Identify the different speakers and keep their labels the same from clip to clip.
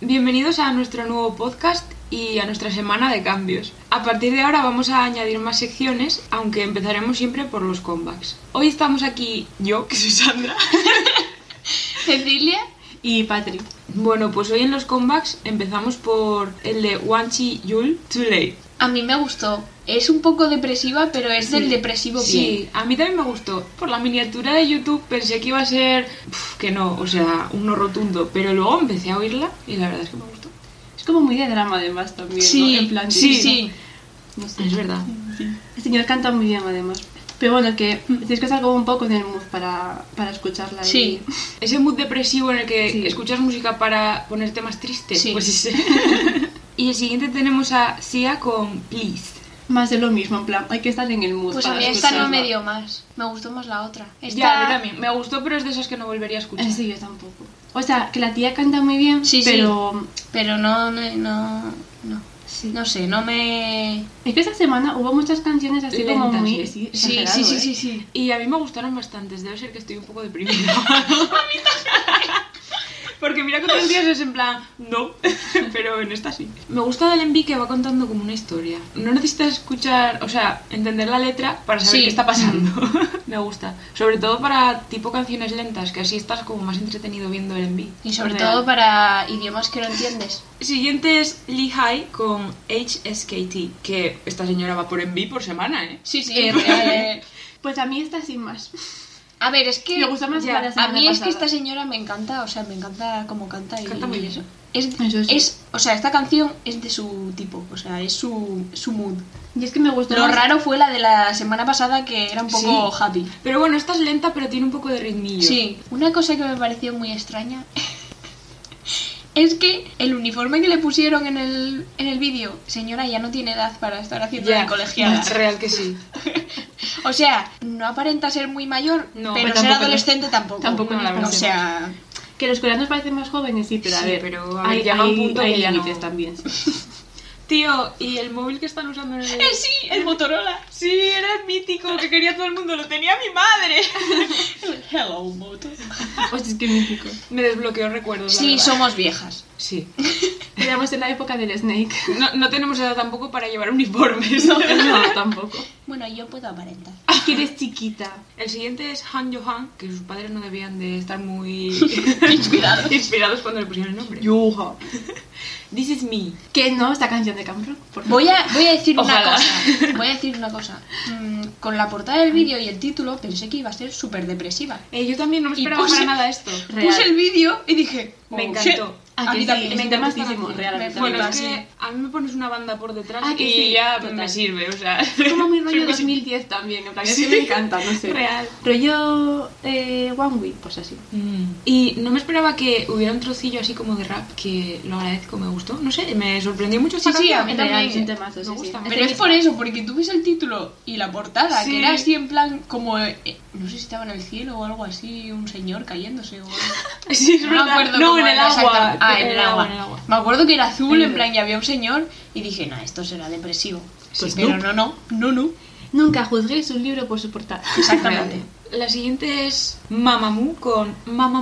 Speaker 1: bienvenidos a nuestro nuevo podcast y a nuestra semana de cambios. A partir de ahora vamos a añadir más secciones, aunque empezaremos siempre por los comebacks. Hoy estamos aquí yo, que soy Sandra.
Speaker 2: Cecilia y Patrick.
Speaker 1: bueno, pues hoy en los comebacks empezamos por el de Wanchi Yul Too Late.
Speaker 2: A mí me gustó. Es un poco depresiva, pero es del depresivo bien.
Speaker 1: Sí, a mí también me gustó. Por la miniatura de YouTube pensé que iba a ser pf, que no, o sea, un no rotundo, pero luego empecé a oírla y la verdad es que me gustó.
Speaker 3: Es como muy de drama además también,
Speaker 2: Sí,
Speaker 3: ¿no? En plan,
Speaker 2: sí,
Speaker 3: sí,
Speaker 2: sí.
Speaker 3: no sé.
Speaker 1: Es verdad.
Speaker 3: El señor canta muy bien además. Pero bueno, que tienes que estar como un poco en el mood para, para escucharla. y-
Speaker 2: Sí.
Speaker 1: Ese mood depresivo en el que
Speaker 3: Sí.
Speaker 1: escuchas música para ponerte más triste,
Speaker 2: Sí.
Speaker 1: pues ese. y el siguiente tenemos a Sia con Please.
Speaker 3: Más de lo mismo, en plan, hay que estar en el mood
Speaker 2: Pues a
Speaker 3: para
Speaker 2: mí esta no me
Speaker 3: escucharla.
Speaker 2: dio más. Me gustó más la otra. Esta...
Speaker 1: Ya, a mí también. Me gustó, pero es de esas que no volvería a escuchar.
Speaker 3: Eh, Sí, yo tampoco. O sea, que la tía canta muy bien,
Speaker 2: Sí, sí.
Speaker 3: pero...
Speaker 2: Pero no, no, no, no.
Speaker 3: Sí.
Speaker 2: No sé, no me...
Speaker 3: Es que esta semana hubo muchas canciones así como
Speaker 1: Lentas,
Speaker 3: muy...
Speaker 1: sí.
Speaker 3: Sí,
Speaker 2: Sí,
Speaker 3: exagerado,
Speaker 2: sí, sí,
Speaker 3: ¿eh?
Speaker 2: sí, sí.
Speaker 1: Y a mí me gustaron bastantes. Debe ser que estoy un poco deprimida. Porque mira que otros días es en plan, no, pero en esta sí. Me gusta del envi que va contando como una historia. No necesitas escuchar, o sea, entender la letra para saber
Speaker 2: Sí.
Speaker 1: qué está pasando. me gusta. Sobre todo para tipo canciones lentas, que así estás como más entretenido viendo el envi.
Speaker 2: Y sobre
Speaker 1: Real.
Speaker 2: todo para idiomas que no entiendes.
Speaker 1: Siguiente es Lee High con HSKT, que esta señora va por envi por semana, ¿eh?
Speaker 2: Sí, sí.
Speaker 3: Eh, real, eh. Pues a mí esta sin más.
Speaker 2: A ver, es que...
Speaker 3: Me gustó más
Speaker 1: ya,
Speaker 3: la de la
Speaker 2: A
Speaker 3: semana
Speaker 2: mí es que
Speaker 3: pasada.
Speaker 2: esta señora me encanta, o sea, me encanta cómo canta y,
Speaker 1: Canta muy
Speaker 2: y
Speaker 1: bien.
Speaker 2: eso. Es,
Speaker 3: Eso sí.
Speaker 2: es, o sea, esta canción es de su tipo, o sea, es su, su mood.
Speaker 3: Y es que me gustó
Speaker 2: Lo
Speaker 3: más-
Speaker 2: raro fue la de la semana pasada que era un poco
Speaker 1: Sí.
Speaker 2: happy.
Speaker 1: Pero bueno, esta es lenta, pero tiene un poco de ritmillo.
Speaker 2: Sí, una cosa que me pareció muy extraña es que el uniforme que le pusieron en el, en el vídeo, señora, ya no tiene edad para estar haciendo
Speaker 1: Ya,
Speaker 2: de colegiada.
Speaker 1: Real que sí.
Speaker 2: O sea, no aparenta ser muy mayor,
Speaker 1: No,
Speaker 2: pero ser
Speaker 3: pero tampoco-
Speaker 2: adolescente tampoco.
Speaker 3: tampoco
Speaker 1: No, la
Speaker 3: nos
Speaker 1: verdad.
Speaker 2: O sea,
Speaker 3: Que los coreanos parecen más jóvenes, sí, pero a
Speaker 1: Sí,
Speaker 3: ver,
Speaker 1: pero, a ver, llega un punto
Speaker 3: hay
Speaker 1: que ya no-
Speaker 3: límites también.
Speaker 1: Tío, ¿y el móvil que están usando en el...
Speaker 2: ¡Eh, sí! ¡El Motorola!
Speaker 1: Sí, era el mítico que quería todo el mundo, lo tenía mi madre.
Speaker 2: ¡Hello, Moto!
Speaker 3: Pues es que mítico.
Speaker 1: Me desbloqueó recuerdos. la
Speaker 2: Sí,
Speaker 1: verdad.
Speaker 2: somos viejas.
Speaker 1: Sí.
Speaker 3: Éramos en la época del Snake.
Speaker 1: No, no tenemos edad tampoco para llevar uniformes.
Speaker 3: No, tampoco.
Speaker 2: Bueno, yo puedo aparentar.
Speaker 3: Es que eres chiquita.
Speaker 1: El siguiente es Han Johan, que sus padres no debían de estar muy
Speaker 2: Inspirados.
Speaker 1: inspirados cuando le pusieron el nombre.
Speaker 3: Yuja.
Speaker 1: This is me.
Speaker 3: Que no, esta canción de Camp Rock, por favor.
Speaker 2: Voy a, voy a decir una
Speaker 1: Ojalá.
Speaker 2: cosa. Voy a decir una cosa. Mm, con la portada del vídeo y el título pensé que iba a ser súper depresiva.
Speaker 1: Eh, yo también no me
Speaker 2: Y
Speaker 1: esperaba
Speaker 2: puse-
Speaker 1: para nada esto.
Speaker 3: Real.
Speaker 2: Puse el vídeo y dije,
Speaker 1: Me
Speaker 2: "Oh,
Speaker 1: encantó.
Speaker 2: shit".
Speaker 3: Ah,
Speaker 2: A
Speaker 3: que
Speaker 2: mí
Speaker 3: sí,
Speaker 2: también.
Speaker 3: me
Speaker 1: encanta
Speaker 3: encanta
Speaker 1: esta
Speaker 3: muchísimo,
Speaker 1: canción.
Speaker 3: realmente.
Speaker 2: Me
Speaker 1: Bueno,
Speaker 2: flipa,
Speaker 1: es
Speaker 2: sí.
Speaker 1: que a mí me pones una banda por detrás
Speaker 3: Ah, que
Speaker 1: y
Speaker 3: sí,
Speaker 1: ya
Speaker 3: total.
Speaker 1: me sirve, o sea.
Speaker 3: Es como mi rollo
Speaker 1: Creo que sí.
Speaker 3: 2010 también, en plan, es
Speaker 1: Sí.
Speaker 3: que me encanta, no sé.
Speaker 1: Real.
Speaker 3: Rollo eh, One Week, pues así.
Speaker 1: Mm. Y no me esperaba que hubiera un trocillo así como de rap que lo agradezco, me gustó. No sé, me sorprendió mucho. esta
Speaker 2: Sí, sí,
Speaker 1: canción.
Speaker 2: a mí
Speaker 3: En
Speaker 2: también.
Speaker 3: realidad, sin temazo, sí,
Speaker 1: Me
Speaker 3: sí.
Speaker 1: gusta.
Speaker 2: Pero es por eso, porque tú ves el título y la portada,
Speaker 1: Sí.
Speaker 2: que era así en plan como... eh, eh, no sé si estaba en el cielo o algo así, un señor cayéndose o algo.
Speaker 1: Sí, es
Speaker 2: No me
Speaker 1: verdad.
Speaker 2: acuerdo
Speaker 1: no,
Speaker 2: cómo
Speaker 1: en el
Speaker 2: era
Speaker 1: agua.
Speaker 2: exactamente. Ah, en el agua.
Speaker 1: en el agua.
Speaker 2: Me acuerdo que era azul,
Speaker 3: Sí.
Speaker 2: en plan, y había un señor, y dije, nah, esto será depresivo.
Speaker 1: Sí,
Speaker 2: Pues pero
Speaker 1: Snoop.
Speaker 2: no, no, no, no.
Speaker 3: Nunca juzguéis un libro por su portada.
Speaker 2: Exactamente.
Speaker 1: Real. La siguiente es Mamamoo con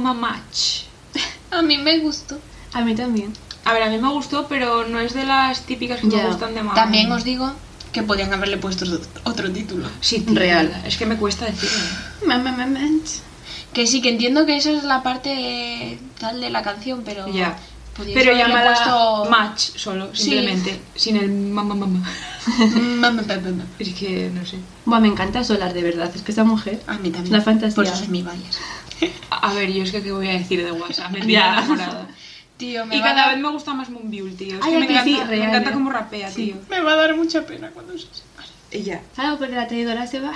Speaker 1: Mamamamach.
Speaker 2: A mí me gustó.
Speaker 3: A mí también.
Speaker 1: A ver, a mí me gustó, pero no es de las típicas que
Speaker 3: Ya.
Speaker 1: me gustan de Mamamoo.
Speaker 2: También os digo que podían haberle puesto otro título.
Speaker 1: Sí, tío,
Speaker 3: Real.
Speaker 1: Es que me cuesta decirlo. ¿eh?
Speaker 3: Mamá, mamá.
Speaker 2: Que sí, que entiendo que esa es la parte eh, tal de la canción, pero...
Speaker 1: Ya.
Speaker 2: podíais
Speaker 1: Pero
Speaker 2: haberle
Speaker 1: llamada
Speaker 2: puesto-
Speaker 1: Match solo,
Speaker 2: Sí.
Speaker 1: simplemente. Sin el mamamama.
Speaker 2: Ma, ma, ma, ma, ma.
Speaker 1: Es que no sé.
Speaker 3: Buah, me encanta Solar, de verdad. Es que esa mujer...
Speaker 2: A mí también.
Speaker 3: La fantasía.
Speaker 2: Por eso es mi bias.
Speaker 1: A a ver, yo es que qué voy a decir de WhatsApp. Me tiene
Speaker 3: Ya.
Speaker 1: enamorada.
Speaker 2: Tío, me
Speaker 1: Y
Speaker 2: va a
Speaker 1: cada
Speaker 2: dar-
Speaker 1: vez me gusta más Moonbyul, tío. Es
Speaker 3: Ay,
Speaker 1: que
Speaker 3: a
Speaker 1: me,
Speaker 3: que
Speaker 1: encanta,
Speaker 3: sí,
Speaker 1: me
Speaker 3: real,
Speaker 1: encanta
Speaker 3: ¿eh?
Speaker 1: cómo rapea,
Speaker 3: Sí.
Speaker 1: tío.
Speaker 2: Me va a dar mucha pena cuando se separe.
Speaker 1: Y ya.
Speaker 3: Claro, porque la traidora se va.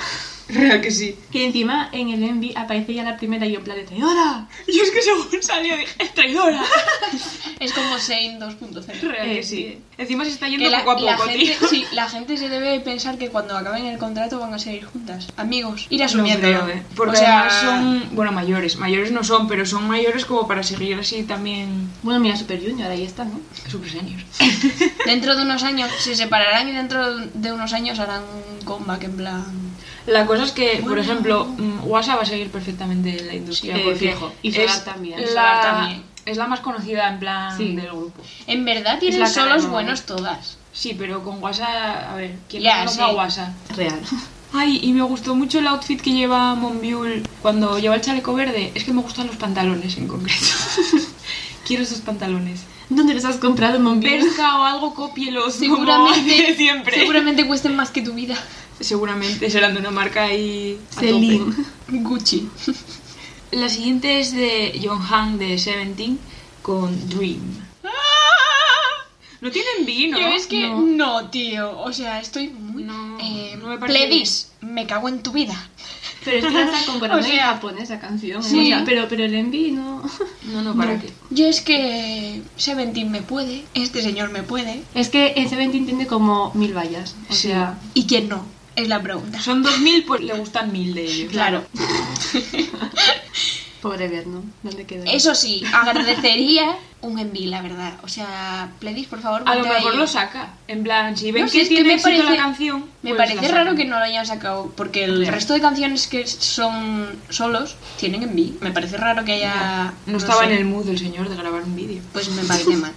Speaker 1: Real que sí.
Speaker 3: Que encima en el Envy aparece ya la primera y yo en plan de traidora.
Speaker 1: Yo es que según salió dije, "Es traidora.
Speaker 2: Es como Shane 2.0.
Speaker 1: Real
Speaker 3: Eh,
Speaker 1: que sí.
Speaker 3: sí.
Speaker 1: Encima se está yendo
Speaker 2: Que la,
Speaker 1: poco a poco,
Speaker 2: la gente,
Speaker 1: tío.
Speaker 2: sí, la gente se debe pensar que cuando acaben el contrato van a seguir juntas. Amigos, ir
Speaker 1: No
Speaker 2: asumiendo.
Speaker 1: creo, ¿eh? Porque
Speaker 2: o sea,
Speaker 1: además son, bueno, mayores. Mayores no son, pero son mayores como para seguir así también
Speaker 3: Bueno, mira, Super Junior, ahí está, ¿no?
Speaker 1: super seniors.
Speaker 2: dentro de unos años se separarán y dentro de unos años harán un comeback en plan.
Speaker 1: La cosa es que, por
Speaker 2: Bueno.
Speaker 1: ejemplo, mm, WhatsApp va a seguir perfectamente en la industria.
Speaker 3: Eh,
Speaker 1: porque
Speaker 3: fijo. Y Solar también.
Speaker 1: La,
Speaker 2: Solar también.
Speaker 1: Es la más conocida en plan
Speaker 3: Sí.
Speaker 1: del grupo.
Speaker 2: En verdad tienen
Speaker 3: la cara de
Speaker 2: solos
Speaker 3: mamá.
Speaker 2: buenos todas.
Speaker 1: Sí, pero con Guasa, a ver, ¿quién
Speaker 2: Ya,
Speaker 1: no conoce
Speaker 2: sí.
Speaker 1: a Guasa?
Speaker 3: Real.
Speaker 1: Ay, y me gustó mucho el outfit que lleva Monbiul cuando lleva el chaleco verde. Es que me gustan los pantalones en concreto. Quiero esos pantalones.
Speaker 3: ¿Dónde los has comprado, Monbiel?
Speaker 1: Pesca o algo, cópielos como hace
Speaker 2: Seguramente,
Speaker 1: siempre.
Speaker 2: seguramente cuesten más que tu vida.
Speaker 1: Seguramente serán de una marca ahí a tope.
Speaker 3: Celine.
Speaker 2: Gucci.
Speaker 1: La siguiente es de Jonghan de Seventeen con Dream. Ah, No tienen vino.
Speaker 2: Yo es que
Speaker 3: No.
Speaker 2: no. tío. O sea, estoy muy.
Speaker 1: No,
Speaker 2: eh,
Speaker 1: no me parece
Speaker 2: plebis, me cago en tu vida.
Speaker 3: Pero es que ya está con
Speaker 2: O sea,
Speaker 3: Japón esa canción. ¿eh?
Speaker 2: sí.
Speaker 3: O sea, pero, pero el envy no.
Speaker 1: No, no, ¿para
Speaker 3: No.
Speaker 1: qué?
Speaker 2: Yo es que Seventeen me puede, este señor me puede.
Speaker 3: Es que el Seventeen tiene como mil vallas. O
Speaker 1: Sí.
Speaker 3: sea,
Speaker 2: ¿Y quién no? Es la pregunta.
Speaker 1: Son 2000, pues le gustan 1000 de ellos.
Speaker 2: Claro.
Speaker 3: pobre Vernon. ¿Dónde quedó?
Speaker 2: Eso sí, agradecería un envío, la verdad. O sea, Pledis, por favor,
Speaker 1: A lo
Speaker 2: ponte
Speaker 1: mejor
Speaker 2: ahí.
Speaker 1: lo saca. En plan, si ven
Speaker 2: No sé,
Speaker 1: que
Speaker 2: es que
Speaker 1: tiene
Speaker 2: me
Speaker 1: éxito la
Speaker 2: parece-
Speaker 1: canción. pues
Speaker 2: Me
Speaker 1: la
Speaker 2: parece
Speaker 1: sacan.
Speaker 2: raro que no lo hayan sacado, porque el
Speaker 1: Ya.
Speaker 2: resto de canciones que son solos tienen envío. Me parece raro que haya.
Speaker 1: No estaba
Speaker 2: sé.
Speaker 1: en el mood el señor de grabar un vídeo.
Speaker 2: Pues me parece mal.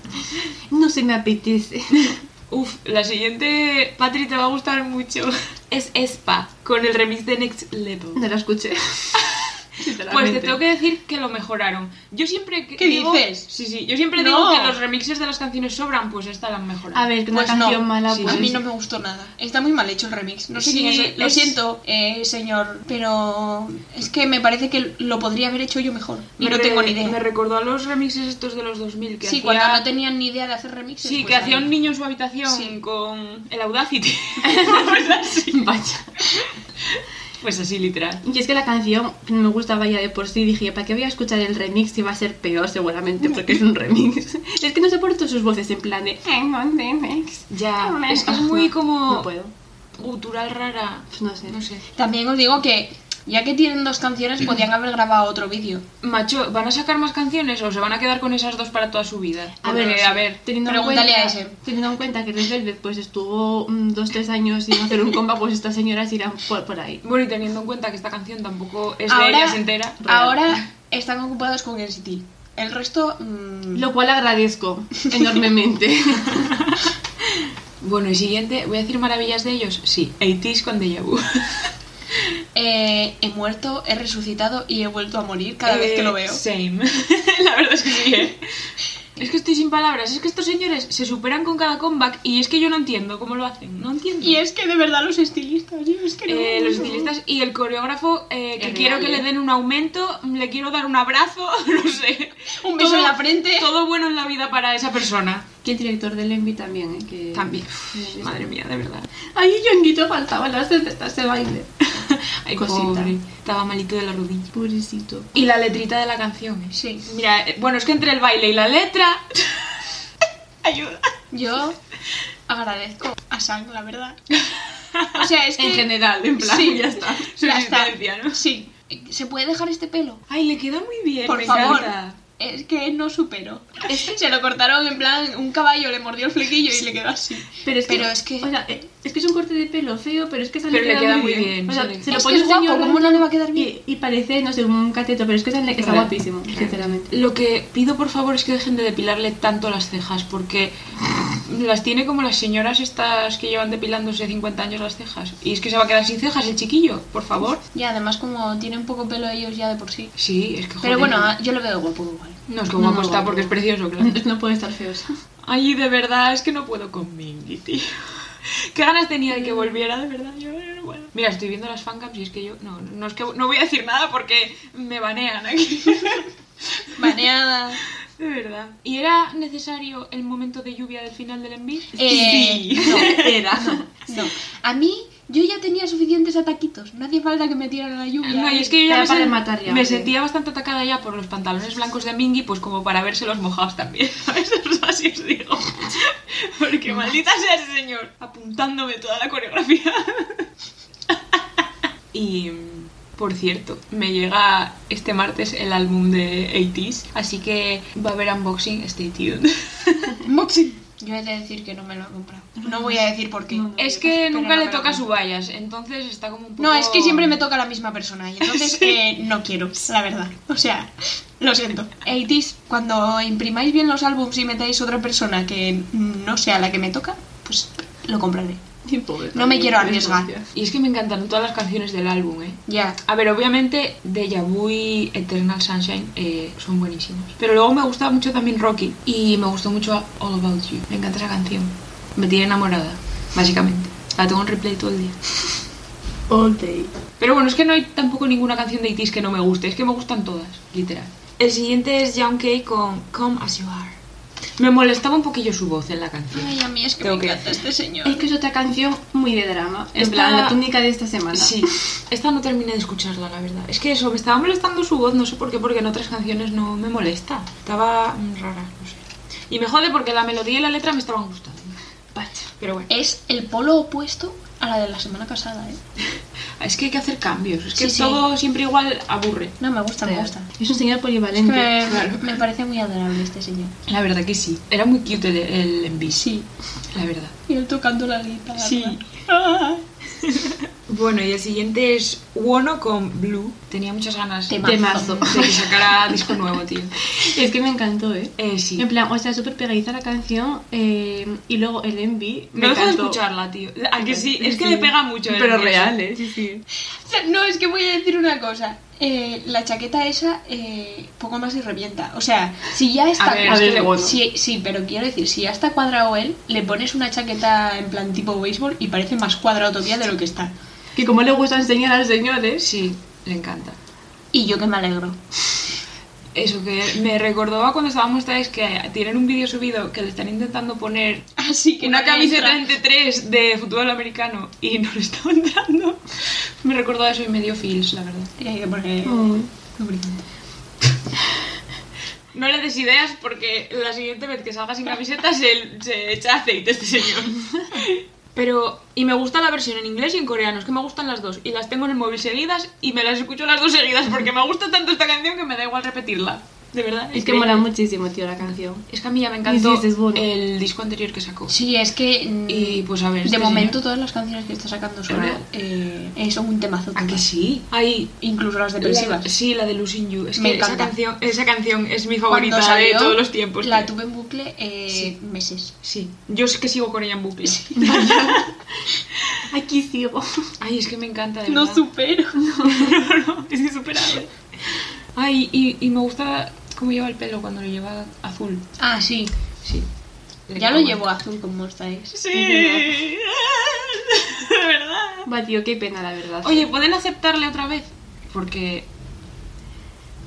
Speaker 3: No se me apetece.
Speaker 1: Uf, la siguiente, Patri, te va a gustar mucho. Es Espa, con el remix de Next Level.
Speaker 3: No la escuché.
Speaker 1: Pues te
Speaker 3: Sinceramente.
Speaker 1: tengo que decir que lo mejoraron. Yo siempre que
Speaker 2: ¿Qué
Speaker 1: digo-
Speaker 2: dices?
Speaker 1: Sí, sí. Yo siempre
Speaker 2: No.
Speaker 1: digo que los remixes de las canciones sobran, pues esta la han mejorado.
Speaker 3: A ver, que una
Speaker 2: Pues no.
Speaker 3: canción mala.
Speaker 1: Sí,
Speaker 3: pues-
Speaker 2: A mí no me gustó nada. Está muy mal hecho el remix. No sé
Speaker 1: Sí,
Speaker 2: quién es el- Lo
Speaker 1: es-
Speaker 2: siento, eh, señor, pero es que me parece que lo podría haber hecho yo mejor. Y
Speaker 1: Me
Speaker 2: no
Speaker 1: re-
Speaker 2: tengo ni
Speaker 1: Me
Speaker 2: idea.
Speaker 1: recordó a los remixes estos de los 2000 que
Speaker 2: Sí,
Speaker 1: hacía...
Speaker 2: cuando no tenían ni idea de hacer remixes.
Speaker 1: Sí,
Speaker 2: pues
Speaker 1: que hacía
Speaker 2: ahí.
Speaker 1: un niño en su habitación
Speaker 2: Sí.
Speaker 1: con el Audacity. pues, así.
Speaker 3: Vaya.
Speaker 1: pues así, literal.
Speaker 3: Y es que la canción no me gustaba ya de por sí. Dije, ¿para qué voy a escuchar el remix si va a ser peor seguramente? Porque es un remix. Es que no soporto sus voces en plan de. "I'm on the mix".
Speaker 1: Ya,
Speaker 3: No,
Speaker 1: Ah, es que es muy
Speaker 3: no,
Speaker 1: como...
Speaker 3: No puedo.
Speaker 1: Gutural rara.
Speaker 3: Pues no sé.
Speaker 1: No sé.
Speaker 2: También os digo que, ya que tienen dos canciones, podían haber grabado otro vídeo.
Speaker 1: Macho, ¿van a sacar más canciones o se van a quedar con esas dos para toda su vida?
Speaker 3: A
Speaker 1: Porque,
Speaker 3: ver,
Speaker 1: a ver.
Speaker 3: teniendo en,
Speaker 2: pregúntale
Speaker 3: cuenta,
Speaker 2: a ese.
Speaker 3: teniendo en cuenta que Red Velvet pues estuvo mm, dos, tres años sin hacer un comba, pues estas señoras irán por, por ahí.
Speaker 1: Bueno, y teniendo en cuenta que esta canción tampoco es de
Speaker 2: ahora,
Speaker 1: ellas entera.
Speaker 2: ahora están ocupados con NCT. El resto... mm,
Speaker 3: Lo cual agradezco enormemente.
Speaker 1: Bueno, y siguiente, ¿voy a decir maravillas de ellos? Sí, 80 con Deja Vu.
Speaker 2: eh, he muerto, he resucitado y he vuelto a morir cada vez
Speaker 1: Eh,
Speaker 2: que lo veo.
Speaker 1: Same. La verdad es que sí, ¿eh? Es que estoy sin palabras. Es que estos señores se superan con cada comeback y es que yo no entiendo cómo lo hacen. No entiendo.
Speaker 2: Y es que de verdad los estilistas, yo es que no-
Speaker 1: Eh, los estilistas y el coreógrafo eh, que
Speaker 2: Es
Speaker 1: quiero
Speaker 2: real,
Speaker 1: que
Speaker 2: ¿eh?
Speaker 1: le den un aumento, le quiero dar un abrazo, no sé.
Speaker 2: Un beso en la frente.
Speaker 1: Todo bueno en la vida para esa persona.
Speaker 3: que el director del Envy también, ¿eh? Que...
Speaker 1: También. Uf, Madre mía, de verdad.
Speaker 3: Ay, Jonguito faltaba las tetas de este baile.
Speaker 1: Ay,
Speaker 3: Cosita.
Speaker 1: pobre. Estaba malito de la rodilla.
Speaker 3: Pobrecito.
Speaker 1: Y la letrita de la canción. ¿eh?
Speaker 2: Sí.
Speaker 1: Mira, eh, bueno, es que entre el baile y la letra. Ayuda.
Speaker 2: Yo agradezco a Sang, la verdad. O sea, es que...
Speaker 3: En general, en plan,
Speaker 2: Sí.
Speaker 3: ya está.
Speaker 1: Su
Speaker 2: Ya está.
Speaker 1: existencia, ¿no?
Speaker 2: Sí. ¿Se puede dejar este pelo?
Speaker 1: Ay, le queda muy bien.
Speaker 2: Por
Speaker 1: me
Speaker 2: favor.
Speaker 1: encanta.
Speaker 2: Es que no supero. Se lo cortaron en plan, un caballo le mordió el flequillo y le quedó así.
Speaker 3: Pero es que,
Speaker 2: Pero es que-
Speaker 3: o sea, eh, es que es un corte de pelo feo, pero es que esa
Speaker 1: Pero le queda muy bien,
Speaker 3: O sea,
Speaker 1: sí.
Speaker 3: se lo
Speaker 2: es
Speaker 3: pone
Speaker 2: que es
Speaker 3: un
Speaker 2: guapo,
Speaker 3: señor
Speaker 2: ¿cómo no le va a quedar bien?
Speaker 3: y, y parece, no sé, un cateto, pero es que esa le- está
Speaker 1: Real.
Speaker 3: guapísimo, sinceramente.
Speaker 1: Lo que pido por favor es que dejen de depilarle tanto las cejas, porque las tiene como las señoras estas que llevan depilándose 50 años las cejas. Y es que se va a quedar sin cejas el chiquillo, por favor.
Speaker 2: Y además como tienen poco pelo ellos ya de por sí.
Speaker 1: Sí, es que joder.
Speaker 2: Pero bueno, ah, yo lo veo guapo igual.
Speaker 1: No es como
Speaker 3: No,
Speaker 1: apostar
Speaker 3: no.
Speaker 1: porque es precioso, claro.
Speaker 3: Entonces no puede estar feo. eso.
Speaker 1: Ay, de verdad, es que no puedo con Mingy, tío. Qué ganas tenía de que volviera, de verdad. Yo, yo no puedo. Mira, estoy viendo las fancams y es que yo. No, no es que no voy a decir nada porque me banean aquí.
Speaker 2: Baneada.
Speaker 1: De verdad. ¿Y era necesario el momento de lluvia del final del envío?
Speaker 2: Eh, no.
Speaker 3: Era.
Speaker 2: No, a mí yo ya tenía suficientes ataquitos, no hacía falta que me tiraran la lluvia.
Speaker 1: No, y es que yo ya
Speaker 3: Era
Speaker 1: me,
Speaker 3: para
Speaker 1: sen-
Speaker 3: matar ya,
Speaker 1: me
Speaker 3: sí.
Speaker 1: sentía bastante atacada ya por los pantalones blancos de Mingy, pues como para verselos mojados también. ¿sabes? O sea, Así os digo. Porque maldita sea ese señor, apuntándome toda la coreografía. Y, mm, por cierto, me llega este martes el álbum de 80s, así que va a haber unboxing, stay tuned.
Speaker 2: Moxie. Yo he de decir que no me lo he comprado. No voy a decir por qué.
Speaker 3: No, no.
Speaker 1: Es
Speaker 2: Pero
Speaker 1: que
Speaker 2: no
Speaker 1: nunca
Speaker 2: me
Speaker 1: le
Speaker 2: lo
Speaker 1: toca
Speaker 2: compro.
Speaker 1: su vallas, entonces está como un poco...
Speaker 2: No, es que siempre me toca la misma persona y entonces
Speaker 3: Sí.
Speaker 2: eh, no quiero, la verdad. O sea, lo siento. Eighties, cuando imprimáis bien los álbums y metáis otra persona que no sea la que me toca, pues lo compraré.
Speaker 3: Y pobre,
Speaker 2: No me
Speaker 3: también,
Speaker 2: quiero
Speaker 3: por
Speaker 2: arriesgar.
Speaker 3: desgracia.
Speaker 1: Y es que me encantaron todas las canciones del álbum, ¿eh?
Speaker 2: Ya.
Speaker 1: A ver, obviamente Deja Vu y Eternal Sunshine eh, son buenísimos. Pero luego me gusta mucho también Rocky. Y me gustó mucho All About You. Me encanta esa canción. Me tiene enamorada, básicamente. La tengo en replay todo el día.
Speaker 3: All day.
Speaker 1: Pero bueno, es que no hay tampoco ninguna canción de ITIS que no me guste. Es que me gustan todas, literal. El siguiente es Young K con Come As You Are. Me molestaba un poquillo su voz en la canción.
Speaker 2: Ay, a mí es que
Speaker 1: Tengo
Speaker 2: me
Speaker 1: que
Speaker 2: encanta este señor.
Speaker 3: Es que es otra canción muy de drama. En
Speaker 1: Esta-
Speaker 3: plan, la túnica de esta semana.
Speaker 1: Sí, esta no terminé de escucharla, la verdad. Es que eso, me estaba molestando su voz, no sé por qué, porque en otras canciones no me molesta. Estaba mm, rara, no sé. Y me jode porque la melodía y la letra me estaban gustando.
Speaker 3: Pacha.
Speaker 1: Pero bueno,
Speaker 2: Es el polo opuesto a la de la semana pasada, ¿eh?
Speaker 1: es que hay que hacer cambios. Es que
Speaker 2: Sí, sí.
Speaker 1: todo siempre igual aburre.
Speaker 2: No, me gusta, me gusta.
Speaker 3: Es un señor
Speaker 2: Es que
Speaker 3: polivalente.
Speaker 2: me,
Speaker 1: claro.
Speaker 2: me parece muy adorable este señor.
Speaker 1: La verdad que sí. Era muy cute el, el MV,
Speaker 2: Sí.
Speaker 1: la verdad.
Speaker 2: Y él tocando la guitarra.
Speaker 1: Sí.
Speaker 2: Ah.
Speaker 1: Bueno, y el siguiente es Wono con Blue. Tenía muchas ganas de
Speaker 2: Temazo.
Speaker 3: Temazo.
Speaker 1: que sacara disco nuevo, tío.
Speaker 3: Es que me encantó, ¿eh?
Speaker 1: Eh, sí.
Speaker 3: En plan, o sea, súper pegadiza la canción eh, y luego el envy.
Speaker 1: No
Speaker 3: me
Speaker 1: dejo de
Speaker 3: encantó.
Speaker 1: escucharla, tío. ¿A Ah, que sí? Es que le pega mucho. el
Speaker 3: Pero
Speaker 1: verso.
Speaker 3: real, ¿eh? Sí, sí.
Speaker 2: O sea, No, es que voy a decir una cosa. Eh, la chaqueta esa eh, poco más se revienta. O sea, si ya está...
Speaker 1: A ver,
Speaker 3: es que- bueno.
Speaker 2: sí, sí, pero quiero decir, si ya está cuadrado él, le pones una chaqueta en plan tipo béisbol y parece más cuadrado todavía de lo que está.
Speaker 3: Que como le gusta enseñar al señor, ¿eh?
Speaker 1: Sí, le encanta.
Speaker 2: Y yo que me alegro.
Speaker 1: Eso que me recordó a cuando estábamos ustedes que tienen un vídeo subido que le están intentando poner
Speaker 2: Así que...
Speaker 1: una
Speaker 2: no me
Speaker 1: camiseta
Speaker 2: entra.
Speaker 1: 33 de fútbol americano y no le estaba entrando. Me recordó a eso y me dio feels, la verdad.
Speaker 2: Tenía que poner...
Speaker 3: Mm.
Speaker 2: lubricante.
Speaker 1: No le des ideas porque la siguiente vez que salga sin camiseta se, se echa aceite este señor. Pero, y me gusta la versión en inglés y en coreano, es que me gustan las dos. Y las tengo en el móvil seguidas y me las escucho las dos seguidas porque me gusta tanto esta canción que me da igual repetirla. De verdad.
Speaker 3: Es que
Speaker 1: increíble.
Speaker 3: mola muchísimo, tío, la canción.
Speaker 1: Es que a mí ya me encantó
Speaker 3: Sí, sí, es bueno.
Speaker 1: el disco anterior que sacó.
Speaker 2: Sí, es que... mm,
Speaker 1: Y, pues, a ver,
Speaker 2: De
Speaker 1: este
Speaker 2: momento
Speaker 1: señor.
Speaker 2: todas las canciones que está sacando solo
Speaker 1: ¿Verdad?
Speaker 2: eh, eh, son un temazo.
Speaker 1: ¿A que
Speaker 2: todas.
Speaker 1: sí? Ay,
Speaker 2: Incluso las depresivas.
Speaker 1: la- sí, la de Losing You. Es
Speaker 2: Me
Speaker 1: que esa
Speaker 2: encanta.
Speaker 1: canción, esa canción es mi
Speaker 2: Cuando
Speaker 1: favorita de
Speaker 2: salió,
Speaker 1: todos los tiempos.
Speaker 2: La
Speaker 1: tío.
Speaker 2: tuve en bucle eh,
Speaker 1: Sí.
Speaker 2: meses.
Speaker 1: Sí, yo es que sigo con ella en bucle.
Speaker 3: Aquí sigo.
Speaker 1: Ay, es que me encanta de
Speaker 2: No
Speaker 1: verdad.
Speaker 2: supero.
Speaker 1: no, no, es insuperable. Ay, y, y me gusta cómo lleva el pelo cuando lo lleva azul.
Speaker 2: Ah, sí.
Speaker 1: Sí. Le
Speaker 2: Ya
Speaker 1: queda
Speaker 2: lo
Speaker 1: bueno.
Speaker 2: llevo azul con Mortais.
Speaker 1: Sí. De verdad.
Speaker 3: Va, tío, qué pena, la verdad.
Speaker 1: Oye, ¿pueden aceptarle otra vez? Porque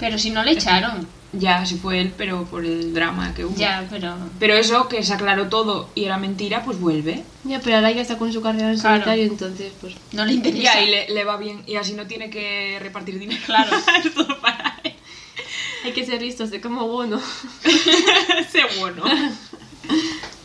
Speaker 2: Pero si no le echaron.
Speaker 1: ya se fue él, pero por el drama que hubo.
Speaker 2: Ya, pero.
Speaker 1: Pero eso, que se aclaró todo y era mentira, pues vuelve.
Speaker 3: Ya, pero ahora ya está con su carrera en
Speaker 2: Claro.
Speaker 3: solitario, entonces, pues...
Speaker 2: No le
Speaker 1: Y
Speaker 2: interesa.
Speaker 1: ahí le, le va bien. Y así no tiene que repartir dinero.
Speaker 2: Claro.
Speaker 1: es todo para él.
Speaker 3: Hay que ser listos de como bueno.
Speaker 1: Sé bueno.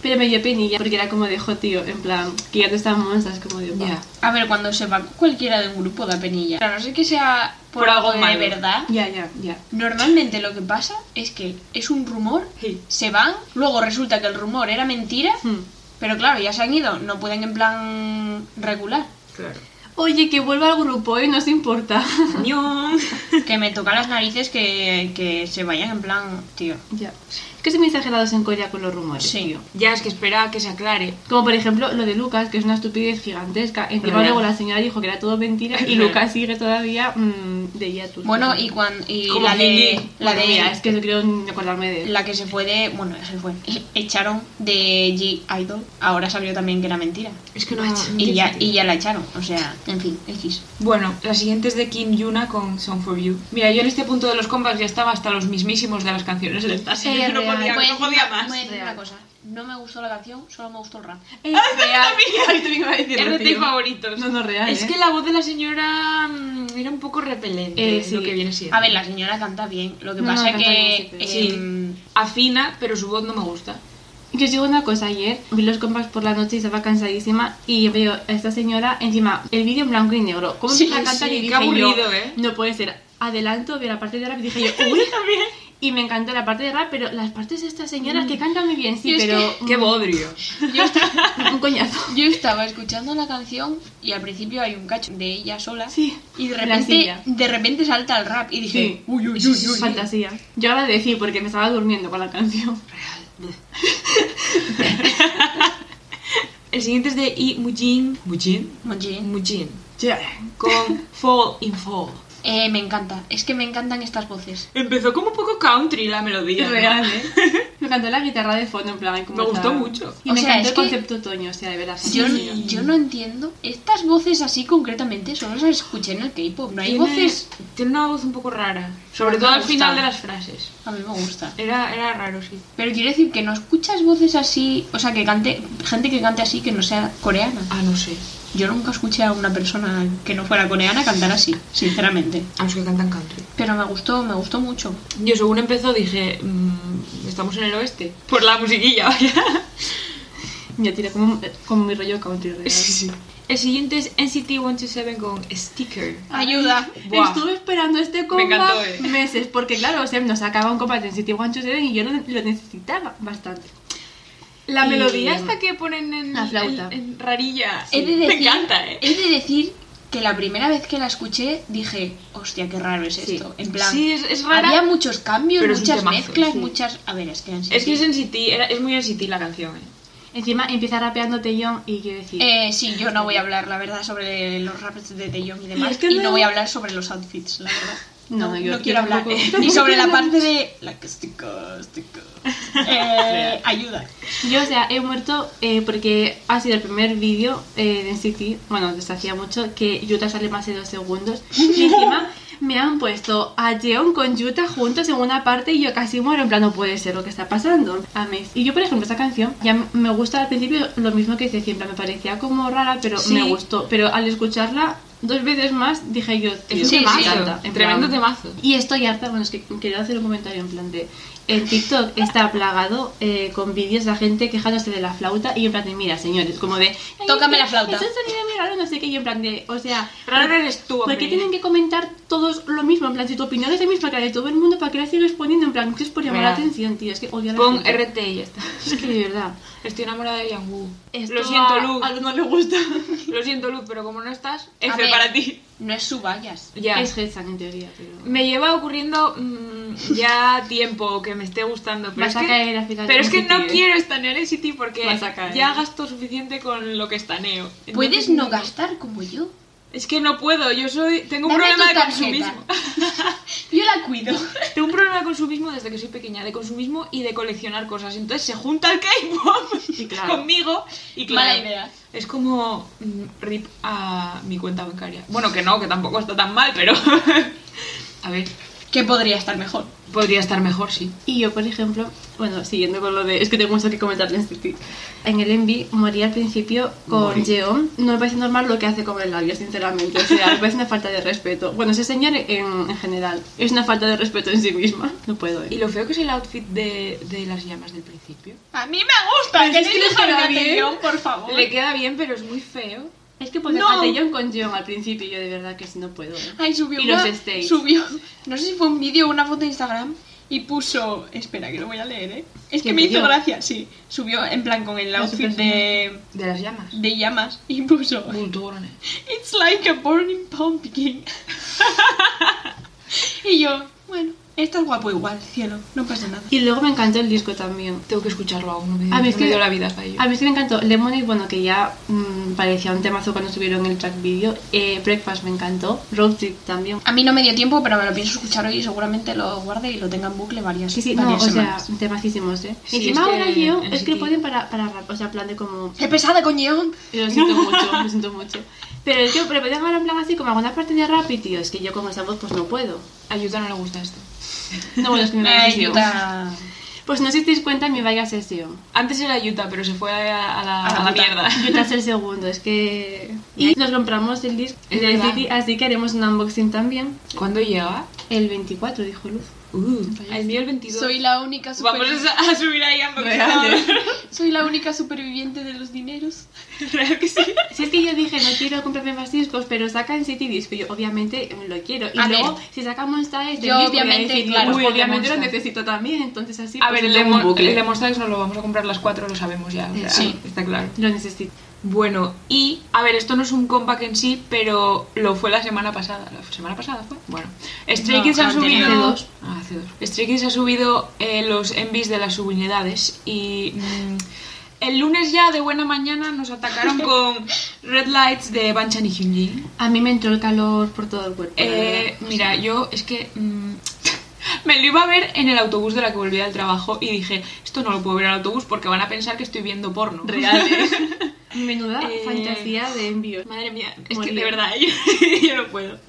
Speaker 3: Pero me dio penilla, porque era como dejo, tío, en plan, que ya no están monstruos, como de...
Speaker 1: Ya.
Speaker 2: A ver, cuando se va cualquiera de un grupo da penilla. A no ser que sea por,
Speaker 1: Por algo
Speaker 2: algo de
Speaker 1: malo.
Speaker 2: verdad.
Speaker 3: Ya, ya, ya.
Speaker 2: Normalmente lo que pasa es que es un rumor,
Speaker 1: Sí.
Speaker 2: se van, luego resulta que el rumor era mentira,
Speaker 3: Hmm.
Speaker 2: pero claro, ya se han ido, no pueden en plan regular.
Speaker 1: Claro.
Speaker 3: Oye, que vuelva al grupo, ¿eh? No se importa.
Speaker 1: Ñon.
Speaker 2: Que me toca las narices que, que se vayan en plan, tío.
Speaker 3: ya. Es que son muy exagerados en Corea con los rumores,
Speaker 2: Sí.
Speaker 3: tío.
Speaker 1: Ya es que espera a que se aclare.
Speaker 3: Como por ejemplo lo de Lucas, que es una estupidez gigantesca. Encima
Speaker 1: Real.
Speaker 3: luego la señora dijo que era todo mentira y
Speaker 1: Real.
Speaker 3: Lucas sigue todavía mm, de hiatus.
Speaker 2: Bueno, y cuando y
Speaker 1: Como
Speaker 2: la de
Speaker 1: Gigi. este.
Speaker 2: la
Speaker 3: Bueno, mira, es
Speaker 2: de
Speaker 3: que no quiero ni acordarme de él.
Speaker 2: la que se fue de, bueno, se fue. E-, Echaron de G Idol, ahora salió también que era mentira.
Speaker 1: Es que no.
Speaker 2: Y ya y ya la echaron, o sea, en fin, X.
Speaker 1: Bueno, la siguiente es de Kim Yuna con Song for You. Mira, yo en este punto de los combats ya estaba hasta los mismísimos de las canciones de esta serie.
Speaker 3: Eh,
Speaker 1: no
Speaker 3: real.
Speaker 1: podía,
Speaker 3: Voy
Speaker 1: no podía más.
Speaker 2: Voy a decir una
Speaker 3: real.
Speaker 2: cosa, no me gustó la canción, solo me gustó el rap.
Speaker 3: Es real. Ay, tú me ibas a decirlo,
Speaker 1: RT
Speaker 3: tío.
Speaker 1: favoritos.
Speaker 3: No, no, real.
Speaker 1: es
Speaker 3: ¿eh?
Speaker 1: que la voz de la señora mm, era un poco repelente.
Speaker 3: Eh,
Speaker 1: es
Speaker 3: sí.
Speaker 1: lo que viene siendo.
Speaker 2: A ver, la señora canta bien, lo que
Speaker 3: No,
Speaker 2: pasa
Speaker 3: no,
Speaker 2: es
Speaker 3: canta
Speaker 2: que
Speaker 3: bien,
Speaker 1: sí, pero-
Speaker 2: em,
Speaker 1: Afina, pero su voz no me gusta.
Speaker 3: Que os digo una cosa, ayer vi los compas por la noche y estaba cansadísima y veo a esta señora encima el vídeo en blanco y negro. ¿Cómo
Speaker 2: Sí,
Speaker 3: se la
Speaker 1: sí,
Speaker 3: canta y
Speaker 1: qué
Speaker 3: dije
Speaker 1: aburrido,
Speaker 3: yo,
Speaker 1: ¿eh?
Speaker 3: No puede ser. Adelanto, veo la parte de ahora y dije yo, uy. Y me encantó la parte de rap, pero las partes de esta señora que canta muy bien, sí,
Speaker 2: Y Mm. es
Speaker 3: pero.
Speaker 1: ¡Qué bodrio!
Speaker 2: eh, Yo, esta-
Speaker 3: Un coñazo.
Speaker 2: yo estaba escuchando la canción y al principio hay un cacho de ella sola.
Speaker 3: Sí.
Speaker 2: Y de
Speaker 3: La
Speaker 2: repente,
Speaker 3: silla.
Speaker 2: de repente salta el rap y dije,
Speaker 3: Sí.
Speaker 2: uy, uy, uy, uy, uy".
Speaker 3: Fantasía. Yo agradecí porque me estaba durmiendo con la canción.
Speaker 1: El siguiente es de I Mujin. ¿Mujin?
Speaker 2: Muy bien.
Speaker 1: Mujin. Con Fall in Fall.
Speaker 2: Eh, me encanta, es que me encantan estas voces.
Speaker 1: Empezó como un poco country la melodía.
Speaker 3: Es
Speaker 1: ¿no?
Speaker 3: real, ¿eh? Me encantó la guitarra de fondo, en plan. como
Speaker 1: Me gustó
Speaker 3: estaba-
Speaker 1: mucho.
Speaker 3: Y
Speaker 2: O
Speaker 3: me
Speaker 2: sea,
Speaker 3: encantó
Speaker 2: es
Speaker 3: el
Speaker 2: que-
Speaker 3: concepto otoño, o sea, de veras.
Speaker 2: Yo,
Speaker 1: Sí.
Speaker 2: yo no entiendo. Estas voces así concretamente solo las escuché en el K-pop. No hay
Speaker 1: Tiene-
Speaker 2: voces.
Speaker 1: Tiene una voz un poco rara. Sobre
Speaker 2: Me
Speaker 1: todo al
Speaker 2: gusta.
Speaker 1: final de las frases.
Speaker 2: A mí me gusta.
Speaker 1: Era, era raro, sí.
Speaker 2: Pero quiero decir que no escuchas voces así. O sea, que cante. Gente que cante así que no sea coreana.
Speaker 1: Ah, no sé.
Speaker 2: Yo nunca escuché a una persona que no fuera coreana cantar así, sinceramente.
Speaker 1: A los que cantan country.
Speaker 2: Pero me gustó, me gustó mucho.
Speaker 1: Yo según empezó dije, mm, estamos en el oeste. Por la musiquilla, vaya.
Speaker 3: Ya tira como, como mi rollo country real.
Speaker 1: El siguiente es NCT 127 con Sticker.
Speaker 2: Ayuda.
Speaker 1: Buah.
Speaker 3: Estuve esperando este combat
Speaker 1: encantó, eh.
Speaker 3: meses, porque claro, o sea, nos sacaba un combat en City One Seven y yo lo, lo necesitaba bastante.
Speaker 1: La
Speaker 3: Y-
Speaker 1: melodía esta que ponen en
Speaker 3: La flauta.
Speaker 1: en- en rarilla.
Speaker 2: He de decir,
Speaker 1: Me encanta, ¿eh?
Speaker 2: He de decir que la primera vez que la escuché dije, hostia, qué raro es
Speaker 3: Sí.
Speaker 2: esto. En plan,
Speaker 1: sí, es, es rara.
Speaker 2: había muchos cambios,
Speaker 1: pero es un
Speaker 2: muchas
Speaker 1: temazo,
Speaker 2: mezclas,
Speaker 1: sí.
Speaker 2: muchas. A ver, es que han sido.
Speaker 1: Es que es NCT, era- es muy NCT la canción, ¿eh?
Speaker 3: Encima empieza rapeando Taeyong y yo decía...
Speaker 2: Eh, sí, yo no voy a hablar, la verdad, sobre los raps de Taeyong y demás.
Speaker 3: Es que
Speaker 2: y no
Speaker 3: no-
Speaker 2: voy a hablar sobre los outfits, la verdad.
Speaker 3: No, yo- yo
Speaker 2: quiero hablar.
Speaker 3: tampoco-
Speaker 2: eh. Ni
Speaker 3: tampoco
Speaker 2: sobre la
Speaker 3: quiero hablar
Speaker 2: parte de... La que estoy co- estoy co- Eh, ayuda.
Speaker 3: Yo, o sea, he muerto eh, porque ha sido el primer vídeo eh, de City, bueno, desde hacía mucho, que Yuta sale más de dos segundos. Y encima me han puesto a Jeon con Yuta juntos en una parte y yo casi muero, en plan, no puede ser lo que está pasando. Amé. Y yo, por ejemplo, esta canción ya m- me gusta al principio lo mismo que decía siempre, me parecía como rara, pero
Speaker 1: Sí.
Speaker 3: me gustó. Pero al escucharla dos veces más, dije yo, tío,
Speaker 1: Es
Speaker 2: Sí,
Speaker 1: un
Speaker 3: me
Speaker 1: temazo,
Speaker 3: encanta, en
Speaker 1: tremendo
Speaker 3: plan,
Speaker 1: temazo.
Speaker 3: y estoy harta, bueno, es que quería hacer un comentario en plan de... El TikTok está plagado eh, con vídeos de gente quejándose de la flauta y en plan de, mira, señores, como de... "Ay,
Speaker 2: Tócame
Speaker 3: es que
Speaker 2: la flauta".
Speaker 3: Es un sonido muy raro, no sé qué, y en plan de, o sea...
Speaker 1: Raro
Speaker 3: ¿por-
Speaker 1: eres tú,
Speaker 3: ¿Por
Speaker 1: hombre.
Speaker 3: qué tienen que comentar todos lo mismo? En plan, si tu opinión es la misma que la de todo el mundo, ¿para qué la sigues poniendo? En plan, que es por llamar la
Speaker 1: Real.
Speaker 3: atención, tío, es que odio a la
Speaker 1: Pon
Speaker 3: gente.
Speaker 1: RT y ya está.
Speaker 3: Es que de verdad...
Speaker 1: Estoy enamorada de Yangwoo. Lo
Speaker 3: esto
Speaker 1: siento,
Speaker 3: a-
Speaker 1: Luz.
Speaker 3: A, no le gusta.
Speaker 1: Lo siento, Luz, pero como no estás, F
Speaker 2: ver.
Speaker 1: para ti.
Speaker 2: No es su vallas.
Speaker 1: Ya.
Speaker 3: Es Hetzan, en teoría, pero...
Speaker 1: Me lleva ocurriendo mm, ya tiempo que me esté gustando, pero
Speaker 3: Vas
Speaker 1: es
Speaker 3: a
Speaker 1: que,
Speaker 3: caer al final
Speaker 1: pero
Speaker 3: en
Speaker 1: es que
Speaker 3: City,
Speaker 1: no
Speaker 3: ¿eh?
Speaker 1: quiero estanear en City porque
Speaker 3: Vas a caer.
Speaker 1: ya gasto suficiente con lo que estaneo. Entonces,
Speaker 2: Puedes no gastar como yo.
Speaker 1: Es que no puedo, yo soy tengo un
Speaker 2: Dame
Speaker 1: problema
Speaker 2: tu
Speaker 1: de
Speaker 2: tarjeta.
Speaker 1: consumismo.
Speaker 2: Yo la cuido.
Speaker 1: tengo un problema de consumismo desde que soy pequeña, de consumismo y de coleccionar cosas. Entonces se junta el K-pop
Speaker 3: Y claro.
Speaker 1: conmigo y claro,
Speaker 2: Mala idea.
Speaker 1: Es como mm, rip a mi cuenta bancaria. Bueno, que no, que tampoco está tan mal, pero a ver,
Speaker 2: Que podría estar mejor.
Speaker 1: podría estar mejor, sí.
Speaker 3: Y yo, por ejemplo, bueno, siguiendo con lo de. Es que tengo mucho que comentar de NCT. En el Envy morí al principio con
Speaker 1: Morí.
Speaker 3: Jeon. No me parece normal lo que hace con el labio, sinceramente. O sea, me parece una falta de respeto. Bueno, ese señor en, en general es una falta de respeto en sí misma. No puedo.
Speaker 1: Y
Speaker 3: ¿eh?
Speaker 1: lo feo que es el outfit de, de las llamas del principio.
Speaker 2: A mí me gusta.
Speaker 3: Pero
Speaker 2: Que
Speaker 3: es
Speaker 2: sí
Speaker 3: que le
Speaker 2: dejar
Speaker 3: queda
Speaker 2: de
Speaker 3: bien.
Speaker 2: atención, por favor.
Speaker 1: Le queda bien, pero es muy feo.
Speaker 3: Es que poner
Speaker 2: ¡No!
Speaker 3: a Jeon con Jeon al principio, yo de verdad que sí no puedo. ¿eh?
Speaker 2: Ay, subió
Speaker 3: Y
Speaker 2: una-
Speaker 3: los stays.
Speaker 2: Subió. No sé si fue un vídeo o una foto de Instagram. Y puso. Espera, que lo voy a leer, ¿eh? Es que
Speaker 3: ¿Quién
Speaker 2: me hizo
Speaker 3: subió?
Speaker 2: gracia, sí. Subió en plan con el
Speaker 3: La
Speaker 2: outfit de,
Speaker 1: De las llamas.
Speaker 2: de llamas. Y puso.
Speaker 1: Bultones.
Speaker 2: It's like a burning pumpkin. y yo, bueno, estás guapo igual, cielo. No pasa nada.
Speaker 3: Y luego me encantó el disco también.
Speaker 1: Tengo que escucharlo aún. No me,
Speaker 3: A
Speaker 1: no
Speaker 3: mí es
Speaker 1: me
Speaker 3: que-
Speaker 1: dio la vida para ello.
Speaker 3: A mí sí me encantó Lemonade, bueno, que ya mm, parecía un temazo cuando subieron el track video. Eh, Breakfast me encantó. Road Trip también.
Speaker 2: A mí no me dio tiempo, pero me lo pienso escuchar hoy y seguramente lo guarde y lo tenga en bucle varias,
Speaker 3: Sí, sí, no, o
Speaker 2: varias
Speaker 3: sea,
Speaker 2: semanas.
Speaker 3: temacísimos, ¿eh?
Speaker 1: Sí,
Speaker 3: Encima
Speaker 1: es que
Speaker 3: ahora yo,
Speaker 1: en
Speaker 3: es que
Speaker 1: City-
Speaker 3: lo ponen para, para rap, o sea, en plan de como...
Speaker 2: ¡Qué pesada, coñón!
Speaker 3: Lo siento mucho, lo siento mucho. Pero es que lo ponen ahora en plan así, como alguna parte de rap y, tío, es que yo con esa voz pues no puedo.
Speaker 1: A Yuta no le gusta esto.
Speaker 3: No, bueno, es que me vaya
Speaker 2: Ay,
Speaker 3: sesión.
Speaker 2: Yuta.
Speaker 3: Pues no sé si te dais cuenta, mi vaya sesión.
Speaker 1: Antes era Yuta, pero se fue a, a la,
Speaker 2: A la
Speaker 1: a la
Speaker 2: puta.
Speaker 1: mierda.
Speaker 3: Yo te hace el segundo, es que... Y nos compramos el disco
Speaker 1: Es
Speaker 3: de
Speaker 1: verdad.
Speaker 3: City, así que haremos un unboxing también.
Speaker 1: ¿Cuándo llega?
Speaker 3: El 24, dijo Luz.
Speaker 1: Uh, el mío el 22.
Speaker 2: Soy la única
Speaker 1: Vamos
Speaker 2: supervi-
Speaker 1: a, a subir ahí a
Speaker 3: Reales.
Speaker 2: Soy la única superviviente de los dineros.
Speaker 3: ¿eh?
Speaker 1: Real que sí.
Speaker 3: Si es que yo dije, no quiero comprarme más discos, pero sacan City Disco. Yo, obviamente, eh, lo quiero. Y
Speaker 2: A
Speaker 3: luego,
Speaker 2: ver.
Speaker 3: si sacan Monsta este
Speaker 2: Yo,
Speaker 3: disco,
Speaker 2: obviamente,
Speaker 3: voy a decir,
Speaker 2: claro,
Speaker 3: pues,
Speaker 1: uy, el de
Speaker 3: obviamente lo
Speaker 2: Monsta.
Speaker 3: necesito también. Entonces, así.
Speaker 1: A
Speaker 3: pues,
Speaker 1: ver, el
Speaker 3: entra
Speaker 1: de,
Speaker 3: en
Speaker 1: Mon-
Speaker 3: un bucle.
Speaker 1: el de Monster X no lo vamos a comprar las cuatro, lo sabemos ya. o sea,
Speaker 2: Sí.
Speaker 1: Está claro.
Speaker 3: Lo necesito.
Speaker 1: Bueno, y a ver, esto no es un comeback en sí, pero lo fue la semana pasada. ¿La semana pasada fue? Bueno, Stray
Speaker 2: No,
Speaker 1: Kids ha
Speaker 2: antes,
Speaker 1: subido.
Speaker 3: hace dos.
Speaker 1: Ah, hace dos. Stray Kids ha subido eh, los envies de las subunidades y. mm, el lunes ya de buena mañana nos atacaron con Red Lights de Banchan y Hyunjin.
Speaker 3: A mí me entró el calor por todo el cuerpo. la
Speaker 1: Eh,
Speaker 3: verdad.
Speaker 1: mira, yo es que mm, me lo iba a ver en el autobús de la que volvía del trabajo y dije, esto no lo puedo ver en el autobús porque van a pensar que estoy viendo porno.
Speaker 3: Reales. Menuda
Speaker 1: Eh,
Speaker 3: fantasía de envíos.
Speaker 1: Madre mía, es que de
Speaker 3: Morir.
Speaker 1: verdad, yo, yo no puedo.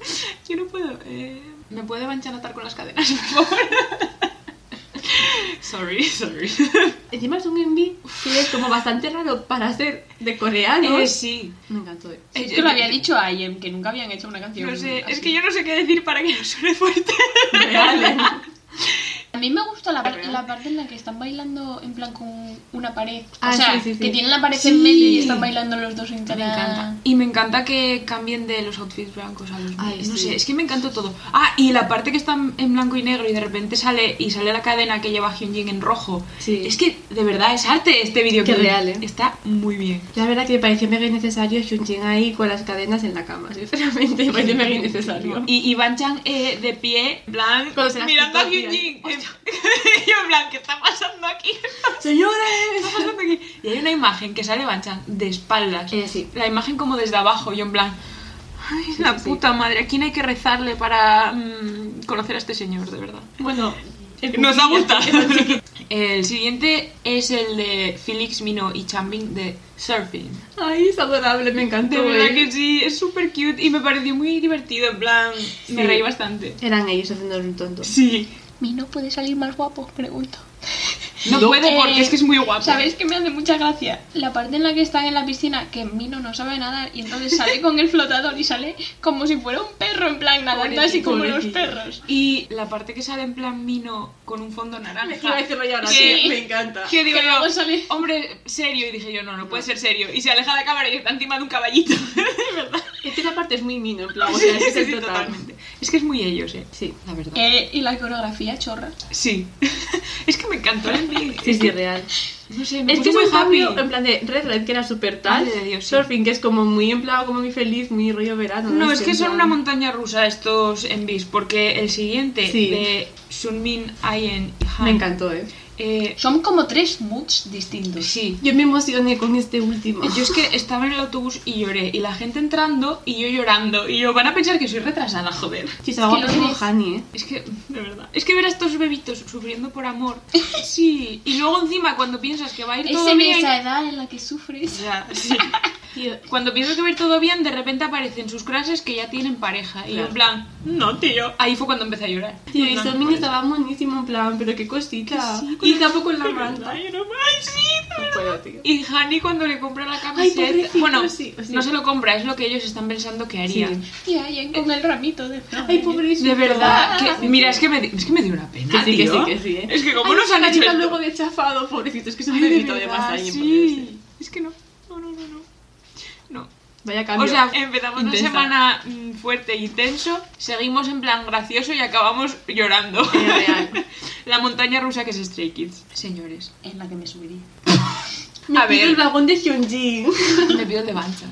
Speaker 1: Yo no puedo. eh, ¿Me puede banchanatar con las cadenas, por favor? sorry, sorry.
Speaker 3: Encima es un envío que es como bastante raro para ser de coreanos.
Speaker 1: Eh, sí.
Speaker 3: Me encantó. eh.
Speaker 1: Eh,
Speaker 2: Es que lo
Speaker 1: eh,
Speaker 2: había dicho a IEM, que nunca habían hecho una canción.
Speaker 1: No sé, es
Speaker 2: así.
Speaker 1: que yo no sé qué decir para que no suene fuerte.
Speaker 3: Reales.
Speaker 2: A mí me gusta la, par-
Speaker 1: Real.
Speaker 2: la parte en la que están bailando en plan con una pared.
Speaker 3: Ah,
Speaker 2: o sea,
Speaker 3: sí, sí, sí.
Speaker 2: que tienen la pared
Speaker 1: Sí.
Speaker 2: en medio y están bailando los dos en
Speaker 1: Me
Speaker 2: cada...
Speaker 1: encanta. Y me encanta que cambien de los outfits blancos a los
Speaker 3: Ay,
Speaker 1: no
Speaker 3: sí.
Speaker 1: sé, es que me encantó todo. Ah, y la parte que está en blanco y negro y de repente sale y sale la cadena que lleva Hyunjin en rojo.
Speaker 3: Sí.
Speaker 1: Es que de verdad es arte este vídeo
Speaker 3: Qué
Speaker 1: que
Speaker 3: real, ¿eh?
Speaker 1: está muy bien.
Speaker 3: La verdad que me pareció mega innecesario Hyunjin ahí con las cadenas en la cama, sinceramente, me pareció mega innecesario.
Speaker 1: Y, y Van Chan eh, de pie, en plan,
Speaker 3: Cuando se las
Speaker 1: mirando a
Speaker 3: quitó, tía.
Speaker 1: Hyunjin. eh, Yo, en plan, ¿qué está pasando aquí? ¿Qué está
Speaker 3: ¡Señores!
Speaker 1: pasando aquí? Y hay una imagen que sale Van Chan de espaldas.
Speaker 3: Eh, sí.
Speaker 1: La imagen como desde abajo, yo en plan, ay,
Speaker 3: Sí,
Speaker 1: la
Speaker 3: sí, sí.
Speaker 1: puta madre, ¿a quién hay que rezarle para mm, conocer a este señor, de verdad?
Speaker 3: Bueno, el
Speaker 1: Nos ha
Speaker 3: cuchillo,
Speaker 1: gustado.
Speaker 3: el cuchillo.
Speaker 1: El siguiente es el de Felix Mino y Chambin de Surfing.
Speaker 3: Ay, es adorable, me encantó.
Speaker 1: De verdad
Speaker 3: eh.
Speaker 1: que sí, es súper cute y me pareció muy divertido, en plan, me
Speaker 3: Sí.
Speaker 1: reí bastante.
Speaker 3: Eran ellos haciendo un tonto.
Speaker 1: Sí.
Speaker 2: ¿Mi no puede salir más guapo? Pregunto.
Speaker 1: No,
Speaker 3: No.
Speaker 1: puede porque
Speaker 2: Eh,
Speaker 1: es que es muy guapo.
Speaker 2: ¿Sabéis que me hace mucha gracia? La parte en la que están en la piscina, que Mino no sabe nadar y entonces sale con el flotador y sale como si fuera un perro, en plan nadando así
Speaker 3: Pobrecito,
Speaker 2: como los
Speaker 3: pobrecito.
Speaker 2: perros.
Speaker 1: Y la parte que sale en plan mino con un fondo naranja.
Speaker 3: Iba a decirlo ya ahora,
Speaker 1: Sí.
Speaker 3: sí, me encanta.
Speaker 1: Que digo
Speaker 2: Que
Speaker 1: yo,
Speaker 2: luego sale-
Speaker 1: hombre, serio. Y dije yo, no, no puede ser serio. Y se aleja la cámara y está encima de un caballito. Es verdad.
Speaker 3: Es que esa parte es muy mino, en plan, o sea, es el
Speaker 1: Sí,
Speaker 3: total.
Speaker 1: totalmente. Es que es muy ellos, eh.
Speaker 3: Sí, la verdad.
Speaker 2: Eh, y la coreografía chorra.
Speaker 1: Sí. es que me encantó el vídeo.
Speaker 3: Sí, sí, real.
Speaker 1: No sé, me
Speaker 3: Es que
Speaker 1: puso muy
Speaker 3: es muy
Speaker 1: happy.
Speaker 3: cambio, en plan de Red Light, que era súper tal.
Speaker 1: Madre de Dios, sí.
Speaker 3: Surfing, que es como muy en plan, como muy feliz, muy rollo verano.
Speaker 1: No, es
Speaker 3: sé,
Speaker 1: que
Speaker 3: en
Speaker 1: son
Speaker 3: plan-
Speaker 1: una montaña rusa estos envis, porque el siguiente
Speaker 3: Sí.
Speaker 1: de Sunmin, Ayen y Han.
Speaker 3: Me encantó, eh.
Speaker 1: Eh,
Speaker 2: Son como tres moods distintos.
Speaker 1: sí.
Speaker 3: Yo me emocioné con este último.
Speaker 1: Yo es que estaba en el autobús y lloré, y la gente entrando y yo llorando, y yo van a pensar que soy retrasada, joder.
Speaker 3: Sí, estaba
Speaker 2: Es que lo
Speaker 3: guapísimo
Speaker 2: eres.
Speaker 3: Hani, eh.
Speaker 1: Es que, de verdad, es que ver a estos bebitos sufriendo por amor, sí, y luego encima cuando piensas que va a ir
Speaker 2: Es
Speaker 1: todo
Speaker 2: en
Speaker 1: bien,
Speaker 2: esa edad en la que sufres.
Speaker 1: Ya, sí. cuando piensas que va a ir todo bien, de repente aparecen sus clases que ya tienen pareja, y yo
Speaker 3: Claro.
Speaker 1: en plan, no tío, ahí fue cuando empecé a llorar.
Speaker 3: Tío, y
Speaker 1: En plan,
Speaker 3: Somin
Speaker 1: pues,
Speaker 3: estaba buenísimo en plan, pero qué cosita.
Speaker 1: Sí,
Speaker 3: y tampoco en la manta.
Speaker 1: Ay, no, ay, sí, de
Speaker 3: No
Speaker 1: verdad.
Speaker 3: puedo, tío.
Speaker 1: Y Hani cuando le compra la camiseta.
Speaker 3: pobrecito,
Speaker 1: bueno,
Speaker 3: sí, sí.
Speaker 1: no se lo compra, es lo que ellos están pensando que haría.
Speaker 3: Sí.
Speaker 2: Tía, y con el ramito de flores.
Speaker 3: Ay, pobrecito.
Speaker 1: De verdad,
Speaker 3: Sí,
Speaker 1: que-
Speaker 3: sí.
Speaker 1: mira, es que me, di- es que me dio una pena.
Speaker 3: Que sí, que
Speaker 1: tío.
Speaker 3: sí, que sí, eh.
Speaker 1: Es que como
Speaker 3: Ay,
Speaker 1: nos han
Speaker 3: la
Speaker 1: hecho
Speaker 3: chica
Speaker 1: esto.
Speaker 3: luego de chafado, pobrecito, es que es un
Speaker 1: Ay, de
Speaker 3: bebito
Speaker 1: verdad,
Speaker 3: además ahí. este. por Dios.
Speaker 1: sí. Es que no. No, no, no, no. No.
Speaker 3: Vaya cambio.
Speaker 1: O sea, empezamos
Speaker 3: Intensa.
Speaker 1: una semana mm, fuerte e intenso, seguimos en plan gracioso y acabamos llorando.
Speaker 3: Es real.
Speaker 1: la montaña rusa que es Stray Kids. Señores,
Speaker 2: En la que me subiría.
Speaker 3: Me
Speaker 1: a
Speaker 3: pido
Speaker 1: ver.
Speaker 3: el vagón de Hyunjin.
Speaker 1: me pido el de Banchan.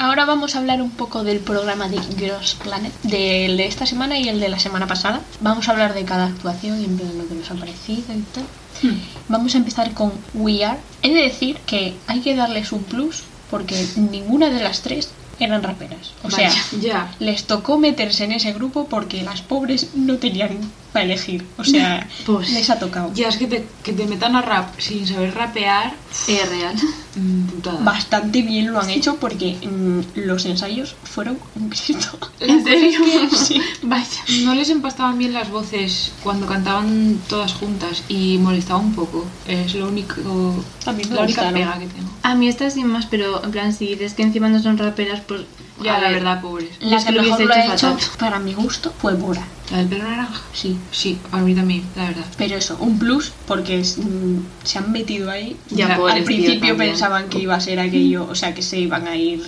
Speaker 2: Ahora vamos a hablar un poco del programa de Gross Planet, del de esta semana y el de la semana pasada. Vamos a hablar de cada actuación y en plan lo que nos ha parecido y tal.
Speaker 1: Hmm.
Speaker 2: Vamos a empezar con We Are. He de decir que hay que darles un plus porque ninguna de las tres eran raperas. O sea,
Speaker 1: ya.
Speaker 2: les tocó meterse en ese grupo porque las pobres no tenían para elegir. O sea,
Speaker 3: Pues,
Speaker 2: les ha tocado.
Speaker 1: Ya, es que te, que te metan a rap sin saber rapear.
Speaker 3: Es real.
Speaker 1: mm, putada.
Speaker 2: Bastante bien lo han hecho porque mm, los ensayos fueron un Cristo.
Speaker 1: La
Speaker 3: ¿En
Speaker 1: cosa es
Speaker 3: serio?
Speaker 1: que
Speaker 2: Sí.
Speaker 3: Vaya.
Speaker 1: No les empastaban bien las voces cuando cantaban todas juntas y molestaba un poco. Es lo único,
Speaker 2: A mí me
Speaker 1: la única
Speaker 2: gustaron.
Speaker 1: pega que tengo.
Speaker 3: A mí estas sin más, pero en plan, si es que encima no son raperas, pues
Speaker 1: Ya,
Speaker 3: A
Speaker 1: la
Speaker 3: ver.
Speaker 1: verdad, pobres.
Speaker 2: La
Speaker 3: Es
Speaker 2: que
Speaker 3: que lo
Speaker 2: mejor lo
Speaker 3: hubiese
Speaker 2: ha
Speaker 3: hecho
Speaker 2: hecho,
Speaker 3: fatal.
Speaker 2: para mi gusto, fue Bora.
Speaker 1: ¿La del perro naranja?
Speaker 2: Sí.
Speaker 1: Sí, a mí también, la verdad.
Speaker 2: Pero eso, un plus, porque es, mm, se han metido ahí.
Speaker 1: Ya,
Speaker 3: Ya,
Speaker 1: al
Speaker 2: Al
Speaker 3: pobres, tío,
Speaker 2: principio
Speaker 3: también.
Speaker 2: pensaban que iba a ser aquello, o sea, que se iban a ir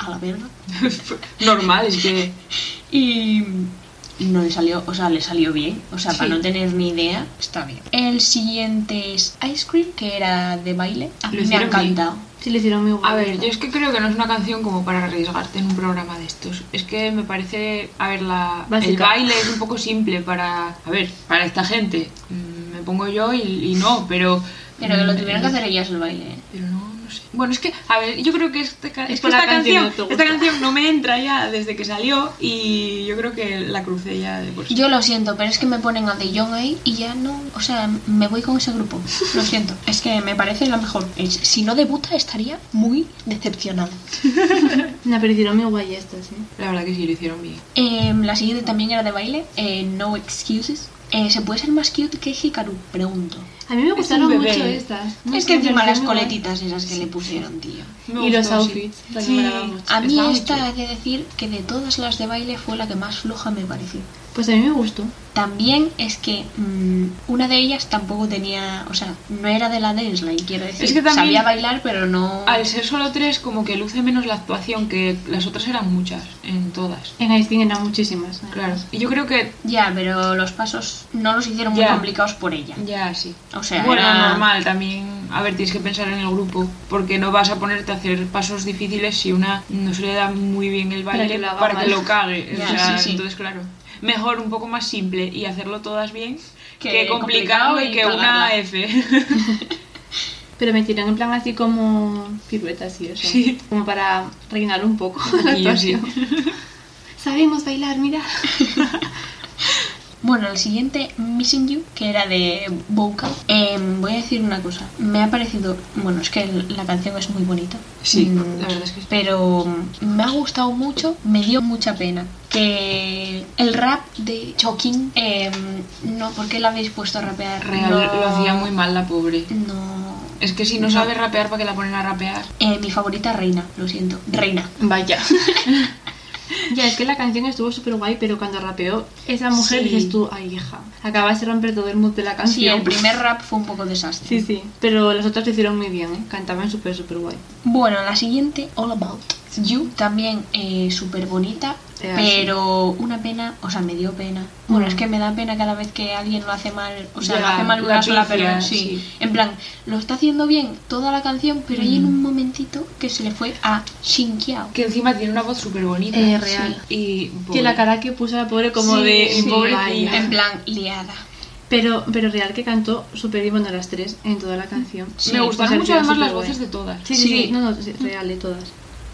Speaker 2: a la verga.
Speaker 1: Normal, es que.
Speaker 2: Y no le salió, o sea, le salió bien. O sea,
Speaker 1: Sí.
Speaker 2: para no tener ni idea, está bien. El siguiente es Ice Cream, que era de baile. A mí
Speaker 1: Lo
Speaker 2: me ha
Speaker 1: hicieron bien.
Speaker 2: encantado.
Speaker 3: Sí, le hicieron muy guay.
Speaker 1: A ver, yo es que creo que no es una canción como para arriesgarte en un programa de estos. Es que me parece, a ver, la, el
Speaker 3: Básica.
Speaker 1: baile es un poco simple para, a ver, para esta gente. Mm, Me pongo yo y, y no, pero...
Speaker 2: Pero que lo
Speaker 1: mm,
Speaker 2: tuvieron que hacer ellas el baile. ¿eh?
Speaker 1: Pero no, no sé. Bueno, es que, a ver, yo creo que, este ca-
Speaker 3: Es
Speaker 1: es que
Speaker 3: por la
Speaker 1: esta, canción,
Speaker 3: canción, no te gusta.
Speaker 1: esta canción no me entra ya desde que salió y yo creo que la crucé ya de por sí.
Speaker 2: Yo lo siento, pero es que me ponen a De Jong ahí y ya no. O sea, me voy con ese grupo. Lo siento. Es que me parece la mejor. Es- Si no debuta, estaría muy decepcionada.
Speaker 3: No, pero hicieron muy guay estas, ¿eh?
Speaker 1: La verdad que sí, lo hicieron bien.
Speaker 2: Em, la siguiente también era de baile. eh, no excuses. Eh, ¿Se puede ser más cute que Hikaru? Pregunto.
Speaker 3: A mí me
Speaker 1: un
Speaker 3: gustaron
Speaker 1: bebé.
Speaker 3: mucho estas. No
Speaker 2: es
Speaker 3: sé,
Speaker 2: que
Speaker 3: me
Speaker 2: encima las
Speaker 3: parecieron muy
Speaker 2: coletitas esas que le pusieron, tío.
Speaker 1: Me
Speaker 3: Y los
Speaker 1: gustó, sí.
Speaker 3: outfits,
Speaker 1: Sí.
Speaker 3: también me agradaban mucho.
Speaker 2: A mí
Speaker 1: Estaba muy
Speaker 2: esta
Speaker 1: chula.
Speaker 2: he de decir que de todas las de baile fue la que más floja me pareció.
Speaker 3: guay. Pues a mí me gustó.
Speaker 2: También es que mm, una de ellas tampoco tenía, o sea, no era de la dance line, quiero decir.
Speaker 1: Es que también-
Speaker 2: Sabía bailar, pero no...
Speaker 1: Al ser solo tres, como que luce menos la actuación, que las otras eran muchas, en todas.
Speaker 3: En Ice eran muchísimas. ¿eh?
Speaker 1: Claro. Y yo creo que
Speaker 2: Ya, pero los pasos no los hicieron muy
Speaker 1: Ya.
Speaker 2: complicados por ella.
Speaker 1: ya sí.
Speaker 2: O sea,
Speaker 1: bueno,
Speaker 2: era-
Speaker 1: normal también. A ver, tienes que pensar en el grupo, porque no vas a ponerte a hacer pasos difíciles si una no se le da muy bien el
Speaker 3: Para
Speaker 1: baile
Speaker 3: que lo haga
Speaker 1: para que
Speaker 3: mal.
Speaker 1: lo cague. O
Speaker 2: Ya,
Speaker 1: sea,
Speaker 2: sí, sí.
Speaker 1: Entonces, claro, mejor un poco más simple y hacerlo todas bien
Speaker 2: Que
Speaker 1: que, complicado
Speaker 2: complicado
Speaker 1: y
Speaker 2: y
Speaker 1: que una
Speaker 2: cagarla.
Speaker 1: F.
Speaker 3: Pero me tiran en plan así como piruetas y eso.
Speaker 1: Sí.
Speaker 3: Como para rellenar un poco la
Speaker 1: Y yo sí.
Speaker 3: actuación. Sabemos bailar, mira.
Speaker 2: Bueno, el siguiente, Missing You, que era de Boca. voy a decir una cosa. Me ha parecido. Bueno, es que el- la canción es muy bonita.
Speaker 1: Sí,
Speaker 2: Mm,
Speaker 1: la verdad es que sí.
Speaker 2: Pero mm, me ha gustado mucho, me dio mucha pena. Que el rap de Choking. em, no, ¿por qué la habéis puesto a rapear?
Speaker 1: Real,
Speaker 2: No-
Speaker 1: lo hacía muy mal la pobre.
Speaker 2: No.
Speaker 1: Es que si no,
Speaker 2: No.
Speaker 1: sabe rapear, ¿para que la ponen a rapear?
Speaker 2: Eh, mi favorita, Reina, lo siento. Reina.
Speaker 3: Vaya. ya, es que la canción estuvo súper guay, pero cuando rapeó esa mujer
Speaker 1: Sí.
Speaker 3: dices tú, ay hija, acabas de romper todo el mood de la canción.
Speaker 2: Sí, el primer rap fue un poco desastre.
Speaker 3: Sí, sí. Pero los otros lo hicieron muy bien, ¿eh? Cantaban súper, súper guay.
Speaker 2: Bueno, la siguiente, All About You, también súper bonita,
Speaker 1: Ah,
Speaker 3: Eh,
Speaker 2: pero una pena, o sea, me dio pena. Bueno, es que me da pena cada vez que alguien lo hace mal, o sea,
Speaker 1: Mm. Ya,
Speaker 2: lo hace mal
Speaker 1: la
Speaker 2: una sola
Speaker 1: pifia,
Speaker 2: persona. Sí.
Speaker 1: sí.
Speaker 2: En plan, lo está haciendo bien toda la canción, pero hay en
Speaker 1: Mm.
Speaker 2: un momentito que se le fue a Shinkiao.
Speaker 1: Que encima tiene una voz súper bonita.
Speaker 3: Eh, real.
Speaker 1: Y
Speaker 3: Que
Speaker 1: pobre.
Speaker 3: la cara que puso la pobre como
Speaker 1: Sí,
Speaker 3: de
Speaker 1: sí,
Speaker 3: pobrecilla.
Speaker 1: vaya.
Speaker 2: En plan, liada.
Speaker 3: Pero, pero real que cantó súper bien bueno las tres en toda la canción.
Speaker 2: Sí,
Speaker 1: me gustaron
Speaker 3: pues,
Speaker 1: mucho
Speaker 3: al final
Speaker 1: además las
Speaker 3: superguay.
Speaker 1: voces de todas.
Speaker 3: Sí, sí,
Speaker 2: Sí.
Speaker 3: sí. No, no, sí, real de todas.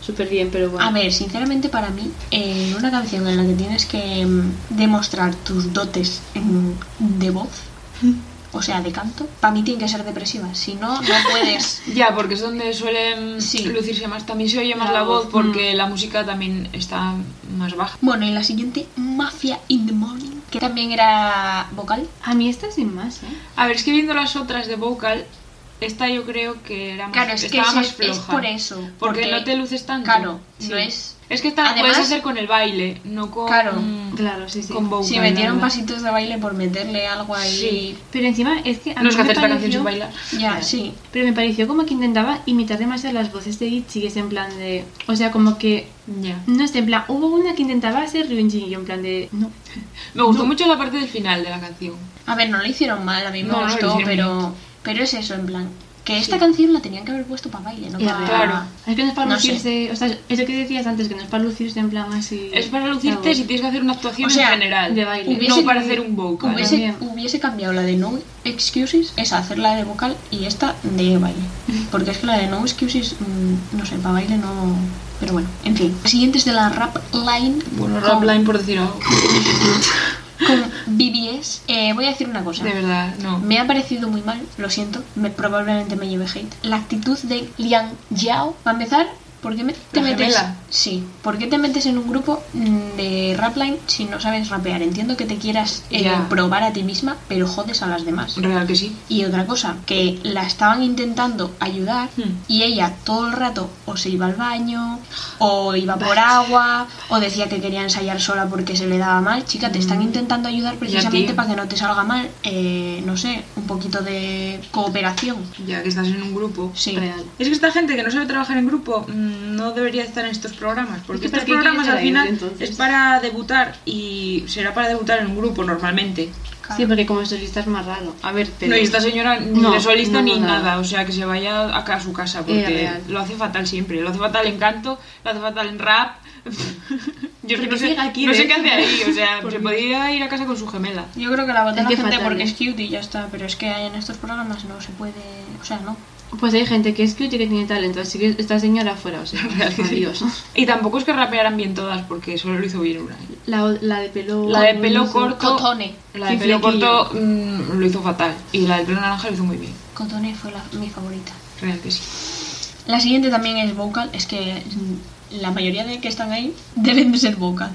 Speaker 3: Súper bien, pero bueno.
Speaker 2: A ver, sinceramente para mí, en una canción en la que tienes que mm, demostrar tus dotes mm, de voz, o sea, de canto, para mí tiene que ser depresiva, si no, no puedes...
Speaker 1: Ya, porque es donde suelen
Speaker 2: Sí. mm.
Speaker 1: lucirse más. También se oye más
Speaker 3: La
Speaker 1: la voz
Speaker 3: voz,
Speaker 1: porque la música también está más baja.
Speaker 2: Bueno, y la siguiente, Mafia in the Morning, que también era vocal.
Speaker 3: A mí esta sin más, ¿eh?
Speaker 1: A ver, es que viendo las otras de vocal, esta yo creo que era más,
Speaker 2: Claro, es que
Speaker 1: estaba
Speaker 2: es-
Speaker 1: más
Speaker 2: es
Speaker 1: floja.
Speaker 2: por eso,
Speaker 1: Porque,
Speaker 2: porque-
Speaker 1: no te luces tanto.
Speaker 2: claro, no es-
Speaker 1: Es que esta la
Speaker 2: Además-
Speaker 1: puedes hacer con el baile, no con.
Speaker 2: Claro.
Speaker 1: Mm.
Speaker 3: Claro, sí, sí.
Speaker 1: Con vocal.
Speaker 2: Sí, metieron
Speaker 1: nada.
Speaker 2: pasitos de baile por meterle algo ahí.
Speaker 3: Pero encima es que a
Speaker 1: No
Speaker 3: mí
Speaker 1: es que
Speaker 3: me
Speaker 1: hacer esta canción
Speaker 3: pareció-
Speaker 1: sin bailar.
Speaker 2: Ya, sí.
Speaker 3: Pero me pareció como que intentaba imitar demasiado las voces de Itchy, que es en plan de... O sea, como que...
Speaker 1: Ya.
Speaker 3: No sé, en plan... Hubo una que intentaba ser Ryunji y yo en plan de... No.
Speaker 1: Me gustó mucho la parte del final de la canción.
Speaker 2: A ver, no lo hicieron mal, a mí me
Speaker 1: No, no lo
Speaker 2: gustó,
Speaker 1: hicieron
Speaker 2: pero, pero es eso, en plan, que esta canción la tenían que haber puesto para baile, no
Speaker 3: Y
Speaker 2: para...
Speaker 1: Claro.
Speaker 3: Es que no es para
Speaker 2: No sé.
Speaker 3: lucirse... O sea, es lo que decías antes, que no es para lucirse en plan así...
Speaker 1: Es para
Speaker 3: la
Speaker 1: lucirte
Speaker 3: voz.
Speaker 1: si tienes que hacer una actuación
Speaker 2: O sea,
Speaker 1: en general.
Speaker 3: de baile.
Speaker 1: No
Speaker 2: Hubiese-
Speaker 1: para hacer un vocal.
Speaker 2: Hubiese,
Speaker 3: también.
Speaker 2: hubiese cambiado la de No Excuses, esa, hacerla de vocal y esta de baile. Porque es que la de No Excuses, mm, no sé, para baile no... Pero bueno, en fin. Siguiente es de la Rap Line.
Speaker 1: Bueno,
Speaker 2: con-
Speaker 1: Rapline por decir algo.
Speaker 2: con BBS, eh, voy a decir una cosa.
Speaker 1: De verdad, no.
Speaker 2: Me ha parecido muy mal, lo siento, me- probablemente me lleve hate. La actitud de Liang Yao, para empezar, ¿Por qué me- te
Speaker 1: La
Speaker 2: metes?
Speaker 1: gemela.
Speaker 2: Sí. ¿Por qué te metes en un grupo mm, de rapline si no sabes rapear? Entiendo que te quieras eh,
Speaker 1: Ya.
Speaker 2: probar a ti misma, pero jodes a las demás.
Speaker 1: Real que sí.
Speaker 2: Y otra cosa, que la estaban intentando ayudar
Speaker 1: Hmm.
Speaker 2: y ella todo el rato o se iba al baño, o iba por agua, o decía que quería ensayar sola porque se le daba mal. Chica, te
Speaker 3: Hmm.
Speaker 2: están
Speaker 1: Mm.
Speaker 2: intentando ayudar precisamente
Speaker 1: tío.
Speaker 2: para que no te salga mal, eh, no sé, un poquito de cooperación.
Speaker 1: Ya que estás en un grupo.
Speaker 2: Sí.
Speaker 3: Real.
Speaker 1: Es que esta gente que no sabe trabajar en grupo mm, no debería estar en estos programas, porque
Speaker 3: Es que
Speaker 1: estos
Speaker 3: ¿para qué
Speaker 1: programas
Speaker 3: quieres
Speaker 1: al final
Speaker 3: salir, entonces?
Speaker 1: es para debutar y será para debutar en un grupo normalmente.
Speaker 3: Sí, porque como solista es más raro. A ver, pero...
Speaker 1: No, y esta señora ni
Speaker 3: No,
Speaker 1: de solista
Speaker 3: no,
Speaker 1: ni
Speaker 3: nada.
Speaker 1: nada. o sea que se vaya acá a su casa porque
Speaker 3: real.
Speaker 1: lo hace fatal siempre. Lo hace fatal en canto, lo hace fatal en rap. Yo es que
Speaker 3: Porque
Speaker 1: no sé,
Speaker 3: sigue aquí,
Speaker 1: no
Speaker 3: ¿eh?
Speaker 1: sé qué hace ahí, o sea,
Speaker 3: Por
Speaker 1: se
Speaker 3: mí.
Speaker 1: podía ir a casa con su gemela.
Speaker 2: Yo creo que la vota
Speaker 3: Es
Speaker 2: la
Speaker 3: que
Speaker 2: gente
Speaker 3: fatal,
Speaker 2: porque
Speaker 3: ¿eh?
Speaker 2: es cute y ya está, pero es que en estos programas no se puede, o sea, no.
Speaker 3: Pues hay gente que es cute y que tiene talento, así que esta señora fuera, o sea,
Speaker 1: Real que sí.
Speaker 3: adiós.
Speaker 1: Y tampoco es que rapearan bien todas porque solo lo hizo bien una.
Speaker 3: La, la de pelo...
Speaker 1: La de pelo corto.
Speaker 2: Cotone.
Speaker 1: La de
Speaker 3: Sí,
Speaker 1: pelo
Speaker 3: flequillo.
Speaker 1: corto mm, lo hizo fatal. Y la del pelo naranja lo hizo muy bien.
Speaker 2: Cotone fue la- mi favorita.
Speaker 1: Real que sí.
Speaker 2: La siguiente también es vocal, es que mm, la mayoría de que están ahí deben de ser vocal.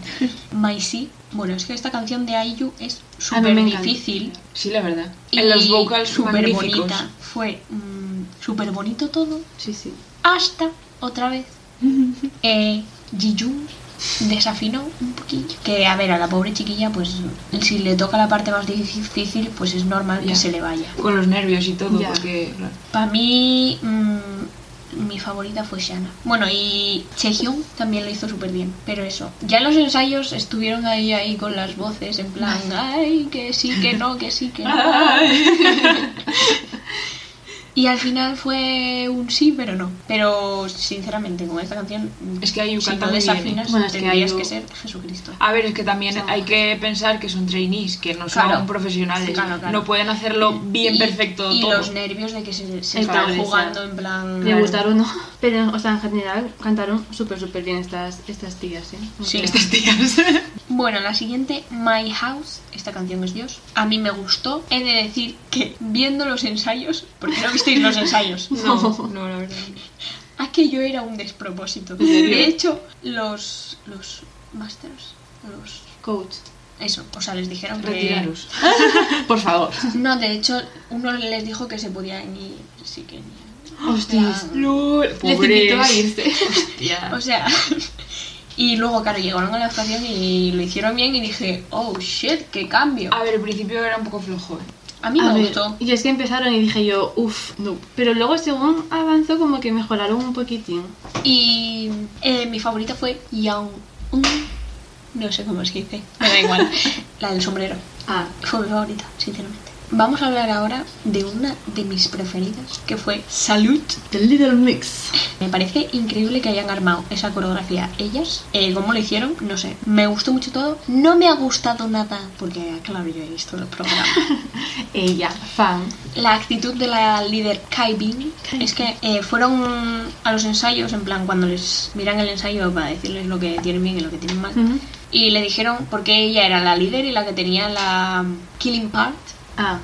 Speaker 2: My C, bueno, es que esta canción de IU es
Speaker 3: A mí
Speaker 2: súper
Speaker 3: me encanta.
Speaker 2: difícil.
Speaker 1: Sí, la verdad.
Speaker 2: Y
Speaker 1: en los vocals
Speaker 2: súper
Speaker 1: magníficos.
Speaker 2: bonita. Fue mm, súper bonito todo,
Speaker 3: Sí, sí.
Speaker 2: hasta otra vez. Eh, Jijun desafinó un poquillo. Que a ver, a la pobre chiquilla, pues si le toca la parte más difícil, pues es normal
Speaker 1: Ya.
Speaker 2: que se le vaya.
Speaker 1: Con los nervios y todo,
Speaker 3: Ya.
Speaker 1: porque. claro.
Speaker 2: Para mí, mm, mi favorita fue Shana. Bueno, y Chehyun también lo hizo súper bien. Pero eso, ya en los ensayos estuvieron ahí, ahí con las voces, en plan, ay, que sí, que no, que sí, que no. Y al final fue un sí, pero no. Pero sinceramente, con esta canción, mm,
Speaker 1: Es que IU
Speaker 2: si
Speaker 1: canta
Speaker 2: no
Speaker 1: muy bien,
Speaker 2: desafinas,
Speaker 3: ¿eh? Bueno, es que
Speaker 2: tendrías
Speaker 3: IU
Speaker 2: que ser Jesucristo.
Speaker 1: A ver, es que también
Speaker 2: O sea,
Speaker 1: hay que pensar que son trainees, que no son
Speaker 2: Claro.
Speaker 1: profesionales.
Speaker 2: Sí, claro, claro.
Speaker 1: No pueden hacerlo bien
Speaker 2: Y-
Speaker 1: perfecto
Speaker 2: Y
Speaker 1: todo.
Speaker 2: los nervios de que se, se
Speaker 3: El
Speaker 2: estaban
Speaker 3: progresar.
Speaker 2: jugando en plan.
Speaker 3: Me gustaron, ¿no? Pero, o sea, en general cantaron súper, súper bien estas, estas tías, ¿eh? O
Speaker 2: Sí.
Speaker 3: sea,
Speaker 1: Estas tías.
Speaker 2: Bueno, la siguiente, My House, esta canción es Dios. A mí me gustó. He de decir que viendo los ensayos, porque no visteis los ensayos,
Speaker 1: No, no, la verdad.
Speaker 2: aquello era un despropósito.
Speaker 3: ¿En serio?
Speaker 2: De hecho, los, los masters, los...
Speaker 3: Coach.
Speaker 2: Eso, o sea, les dijeron que...
Speaker 1: Retiraros.
Speaker 2: Eh.
Speaker 3: Por favor.
Speaker 2: No, de hecho, uno les dijo que se podían ir, sí que ni...
Speaker 1: Ah,
Speaker 3: Hostias.
Speaker 1: LOL.
Speaker 3: Les
Speaker 1: Pobres.
Speaker 3: invito a irse. Ah.
Speaker 2: O sea... Y luego, claro, llegaron a la actuación y lo hicieron bien y dije, oh, shit, qué cambio.
Speaker 1: A ver, al principio era un poco flojo. ¿eh?
Speaker 2: A mí
Speaker 3: A
Speaker 2: me
Speaker 3: ver,
Speaker 2: gustó.
Speaker 3: Y es que empezaron y dije yo, uff, no. Pero luego según avanzó como que mejoraron un poquitín.
Speaker 2: Y eh, mi favorita fue Young. No sé cómo se dice. Me da igual. La del sombrero.
Speaker 3: Ah,
Speaker 2: Fue mi favorita, sinceramente. Vamos a hablar ahora de una de mis preferidas, que fue Salud.
Speaker 3: The Little Mix.
Speaker 2: Me parece increíble que hayan armado esa coreografía ellas. Eh, ¿Cómo lo hicieron? No sé. Me gustó mucho todo. No me ha gustado nada, porque claro, yo he visto los programas.
Speaker 3: Ella, fan.
Speaker 2: La actitud de la líder Kai Bin es que eh, fueron a los ensayos, en plan, cuando les miran el ensayo para decirles lo que tienen bien y lo que tienen mal.
Speaker 3: Ujú.
Speaker 2: Y le dijeron, porque ella era la líder y la que tenía la killing part.
Speaker 3: Ah,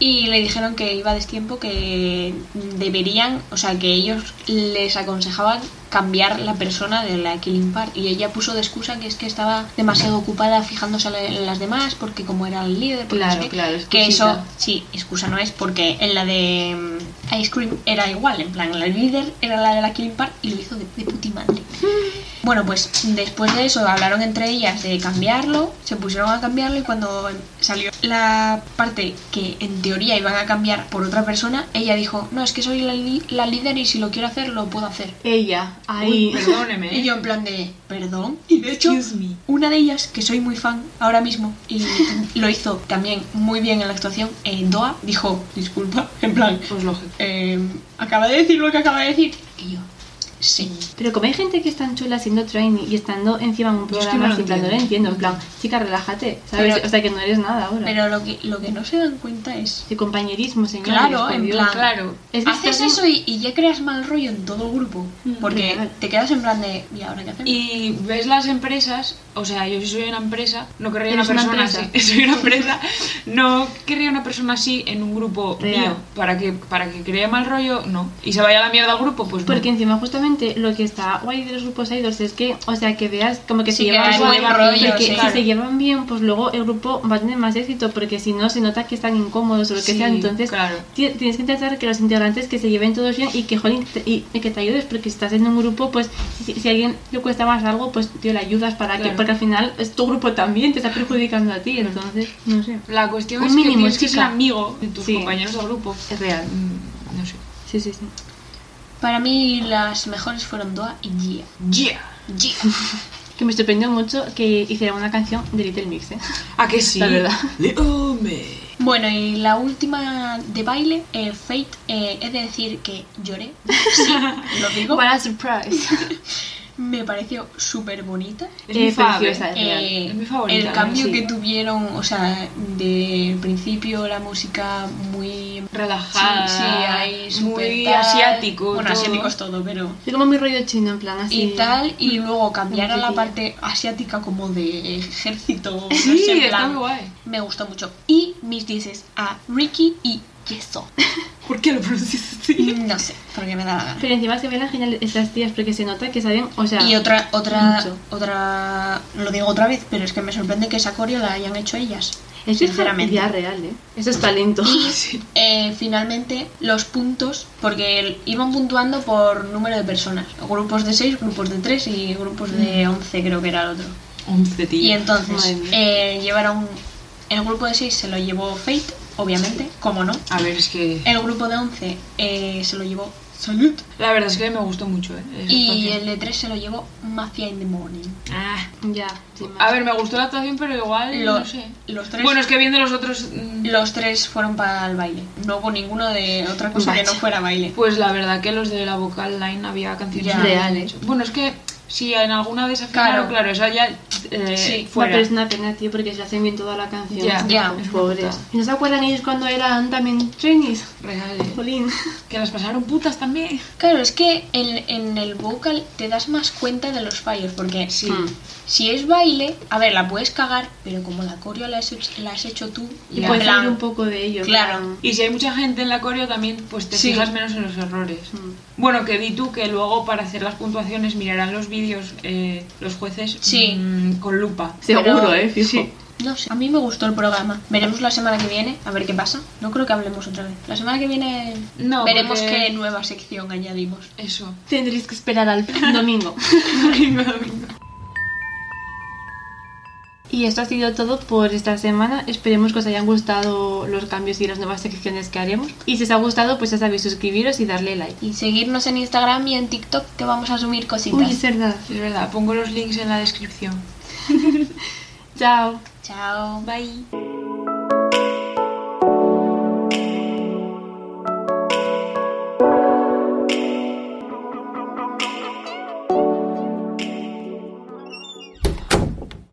Speaker 2: Y le dijeron que iba a destiempo, que deberían, o sea, que ellos les aconsejaban cambiar la persona de la killing part. Y ella puso de excusa que es que estaba demasiado ocupada fijándose en las demás, porque como era el líder, porque no
Speaker 3: Claro,
Speaker 2: sé qué.
Speaker 3: claro,
Speaker 2: que eso,
Speaker 3: excusita.
Speaker 2: sí, excusa no es, porque en la de mm, Ice Cream era igual, en plan, la líder era la de la killing part y lo hizo de, de puti madre. Bueno, pues después de eso hablaron entre ellas de cambiarlo, se pusieron a cambiarlo y cuando salió la parte que en teoría iban a cambiar por otra persona, ella dijo, no, es que soy la, li- la líder y si lo quiero hacer, lo puedo hacer.
Speaker 3: ella,
Speaker 1: Uy,
Speaker 3: ahí.
Speaker 1: perdóneme. ¿eh?
Speaker 2: Y yo en plan de, perdón. Y de hecho,
Speaker 1: Excuse me.
Speaker 2: una de ellas, que soy muy fan ahora mismo, y lo hizo también muy bien en la actuación, eh, Doa, dijo, disculpa, en plan,
Speaker 1: Pues lógico.
Speaker 2: "Eh, acaba de decir lo que acaba de decir. Y yo, sí.
Speaker 3: Pero como hay gente que es tan chula siendo trainee y estando encima en un
Speaker 1: Yo es que
Speaker 3: programa,
Speaker 1: no lo
Speaker 3: en plan, no lo
Speaker 1: entiendo.
Speaker 3: entiendo. En plan, chica, relájate, ¿sabes?
Speaker 2: Pero-
Speaker 3: o sea, que no eres nada ahora.
Speaker 2: Pero lo que, lo que no se dan cuenta es...
Speaker 3: de compañerismo, señores.
Speaker 2: Claro,
Speaker 3: por
Speaker 2: en
Speaker 3: Dios.
Speaker 2: plan,
Speaker 1: Claro.
Speaker 3: Es que
Speaker 2: haces
Speaker 3: estás-
Speaker 2: eso y, y ya creas mal rollo en todo el grupo.
Speaker 1: Mm,
Speaker 2: Porque
Speaker 3: real.
Speaker 2: te quedas en plan de, ¿y ahora qué hacemos?
Speaker 1: Y ves las empresas, o sea, yo si soy una empresa, no querría una
Speaker 3: Eres una
Speaker 1: persona
Speaker 3: empresa.
Speaker 1: así. Soy una empresa, no querría una persona así en un grupo
Speaker 3: Real.
Speaker 1: mío. Para que, para que cree mal rollo, no. Y se vaya a la mierda al grupo, pues no.
Speaker 3: Porque encima justamente realmente lo que está guay de los grupos idols es que, o sea, que veas como que
Speaker 2: Sí,
Speaker 3: se
Speaker 2: que
Speaker 3: llevan
Speaker 2: hay
Speaker 3: guay,
Speaker 2: buen rollo,
Speaker 3: porque
Speaker 2: sí.
Speaker 3: si
Speaker 2: Claro.
Speaker 3: se llevan bien, pues luego el grupo va a tener más éxito, porque si no se nota que están incómodos o lo que
Speaker 1: Sí,
Speaker 3: sea, entonces
Speaker 1: claro.
Speaker 3: ti- tienes que intentar que los integrantes que se lleven todos bien y que, jolín, te- y, y que te ayudes, porque si estás en un grupo, pues si, si a alguien le cuesta más algo, pues tío, le ayudas para que,
Speaker 1: Claro.
Speaker 3: porque al final es tu grupo también, te está perjudicando a ti, entonces, no sé.
Speaker 1: La cuestión
Speaker 3: Un
Speaker 1: es
Speaker 3: mínimo,
Speaker 1: que tienes que ser
Speaker 3: chica.
Speaker 1: amigo de tus
Speaker 3: Sí.
Speaker 1: compañeros de grupo.
Speaker 3: Es real.
Speaker 1: Mm, No sé.
Speaker 3: Sí, sí, sí.
Speaker 2: Para mí las mejores fueron Doa y Gia.
Speaker 1: Yeah.
Speaker 2: Gia.
Speaker 3: Que me sorprendió mucho que hiciera una canción de Little Mix, ¿eh?
Speaker 1: ¿A que sí?
Speaker 3: La verdad.
Speaker 1: Leome.
Speaker 2: Bueno, y la última de baile, eh, Fate, eh, he de decir que lloré. Sí, lo digo.
Speaker 3: What a surprise.
Speaker 2: Me pareció súper bonita.
Speaker 1: Es mi
Speaker 3: Eh,
Speaker 1: fave.
Speaker 3: preciosa, es real.
Speaker 2: Eh,
Speaker 1: Es mi favorita,
Speaker 2: el cambio
Speaker 3: sí.
Speaker 2: que tuvieron, o sea, del principio la música muy
Speaker 1: Relajada.
Speaker 2: Sí, sí, ahí súper
Speaker 1: Muy
Speaker 2: tal.
Speaker 1: asiático.
Speaker 2: Bueno,
Speaker 1: todo.
Speaker 2: asiático es todo, pero.
Speaker 3: Yo como mi rollo chino, en plan así.
Speaker 2: Y tal, y
Speaker 1: Mm.
Speaker 2: luego cambiar a la
Speaker 3: Musiquilla.
Speaker 2: parte asiática como de ejército. no
Speaker 1: Sí,
Speaker 2: sé, en
Speaker 1: está
Speaker 2: plan,
Speaker 1: muy guay.
Speaker 2: Me gustó mucho. Y mis dices a Ricky y Yeso.
Speaker 1: ¿Por qué lo pronuncias así?
Speaker 2: No sé, porque me da la gana.
Speaker 3: Pero encima se ven genial estas tías porque se nota que saben, o sea...
Speaker 2: Y otra, otra,
Speaker 3: Mucho.
Speaker 2: otra, lo digo otra vez, pero es que me sorprende que esa coreo la hayan hecho ellas.
Speaker 3: es
Speaker 2: sinceramente.
Speaker 3: idea real, ¿eh? Eso es talento.
Speaker 1: Sí.
Speaker 2: Eh, finalmente, los puntos, porque el- iban puntuando por número de personas. Grupos de 6, grupos de 3 y grupos
Speaker 1: Mm.
Speaker 2: de 11 creo que era el otro.
Speaker 3: Mm.
Speaker 1: 11, tío.
Speaker 2: Y
Speaker 3: madre
Speaker 2: entonces,
Speaker 3: mía.
Speaker 2: eh, llevaron, el grupo de 6 se lo llevó Fate, obviamente, como no.
Speaker 1: A ver, es que.
Speaker 2: El grupo de 11 eh, se lo llevó Salud.
Speaker 1: La verdad es que me gustó mucho, ¿eh? esa
Speaker 2: Y
Speaker 1: actuación.
Speaker 2: el de 3 se lo llevó Mafia in the Morning.
Speaker 1: Ah.
Speaker 3: ya, sin más.
Speaker 1: A ver, me gustó la actuación, pero igual.
Speaker 2: Lo-
Speaker 1: no sé.
Speaker 2: Los tres
Speaker 1: Bueno, es que viendo los otros. mm,
Speaker 2: Los tres fueron para el baile. No hubo ninguno de otra cosa que
Speaker 3: Vaya.
Speaker 2: no fuera baile.
Speaker 1: Pues la verdad que los de la vocal line había canciones
Speaker 2: Ya.
Speaker 3: Reales.
Speaker 1: mucho. Bueno, es que si en alguna desafinaron,
Speaker 2: Claro.
Speaker 1: claro, esa ya eh,
Speaker 2: Sí.
Speaker 3: No,
Speaker 1: fuera.
Speaker 3: pero es una pena, tío, porque se hacen bien toda la canción.
Speaker 1: Ya.
Speaker 2: Ya.
Speaker 3: Los pobres. ¿Y no se acuerdan ellos cuando eran también trainees?
Speaker 1: Reales.
Speaker 3: Jolín.
Speaker 1: Que las pasaron putas también.
Speaker 2: Claro, es que en, en el vocal te das más cuenta de los fallos. Porque
Speaker 1: Sí.
Speaker 3: Mm.
Speaker 2: si es baile, a ver, la puedes cagar, pero como la coreo la has hecho, la has hecho tú,
Speaker 3: Y
Speaker 2: en
Speaker 3: puedes
Speaker 2: plan,
Speaker 3: saber un poco de ellos.
Speaker 2: Claro.
Speaker 3: en plan,
Speaker 1: Y si hay mucha gente en la coreo también, pues te
Speaker 2: Sí.
Speaker 1: fijas menos en los errores.
Speaker 3: Mm.
Speaker 1: Bueno, que di tú que luego para hacer las puntuaciones mirarán los vídeos eh, los jueces
Speaker 2: Sí.
Speaker 1: mm, con lupa.
Speaker 3: Seguro,
Speaker 2: Pero-
Speaker 3: ¿eh? Fijo.
Speaker 1: Sí.
Speaker 2: No sé, a mí me gustó el programa. Veremos la semana que viene, a ver qué pasa. No creo que hablemos otra vez. La semana que viene
Speaker 1: No,
Speaker 2: veremos
Speaker 1: porque-
Speaker 2: qué nueva sección añadimos.
Speaker 1: Eso.
Speaker 3: Tendréis que esperar al domingo. Y esto ha sido todo por esta semana. Esperemos que os hayan gustado los cambios y las nuevas secciones que haremos. Y si os ha gustado, pues ya sabéis suscribiros y darle like.
Speaker 2: Y seguirnos en Instagram y en TikTok que vamos a subir cositas.
Speaker 3: Uy, es verdad.
Speaker 1: Es verdad, pongo los links en la descripción.
Speaker 3: Chao.
Speaker 2: Chao.
Speaker 1: Bye.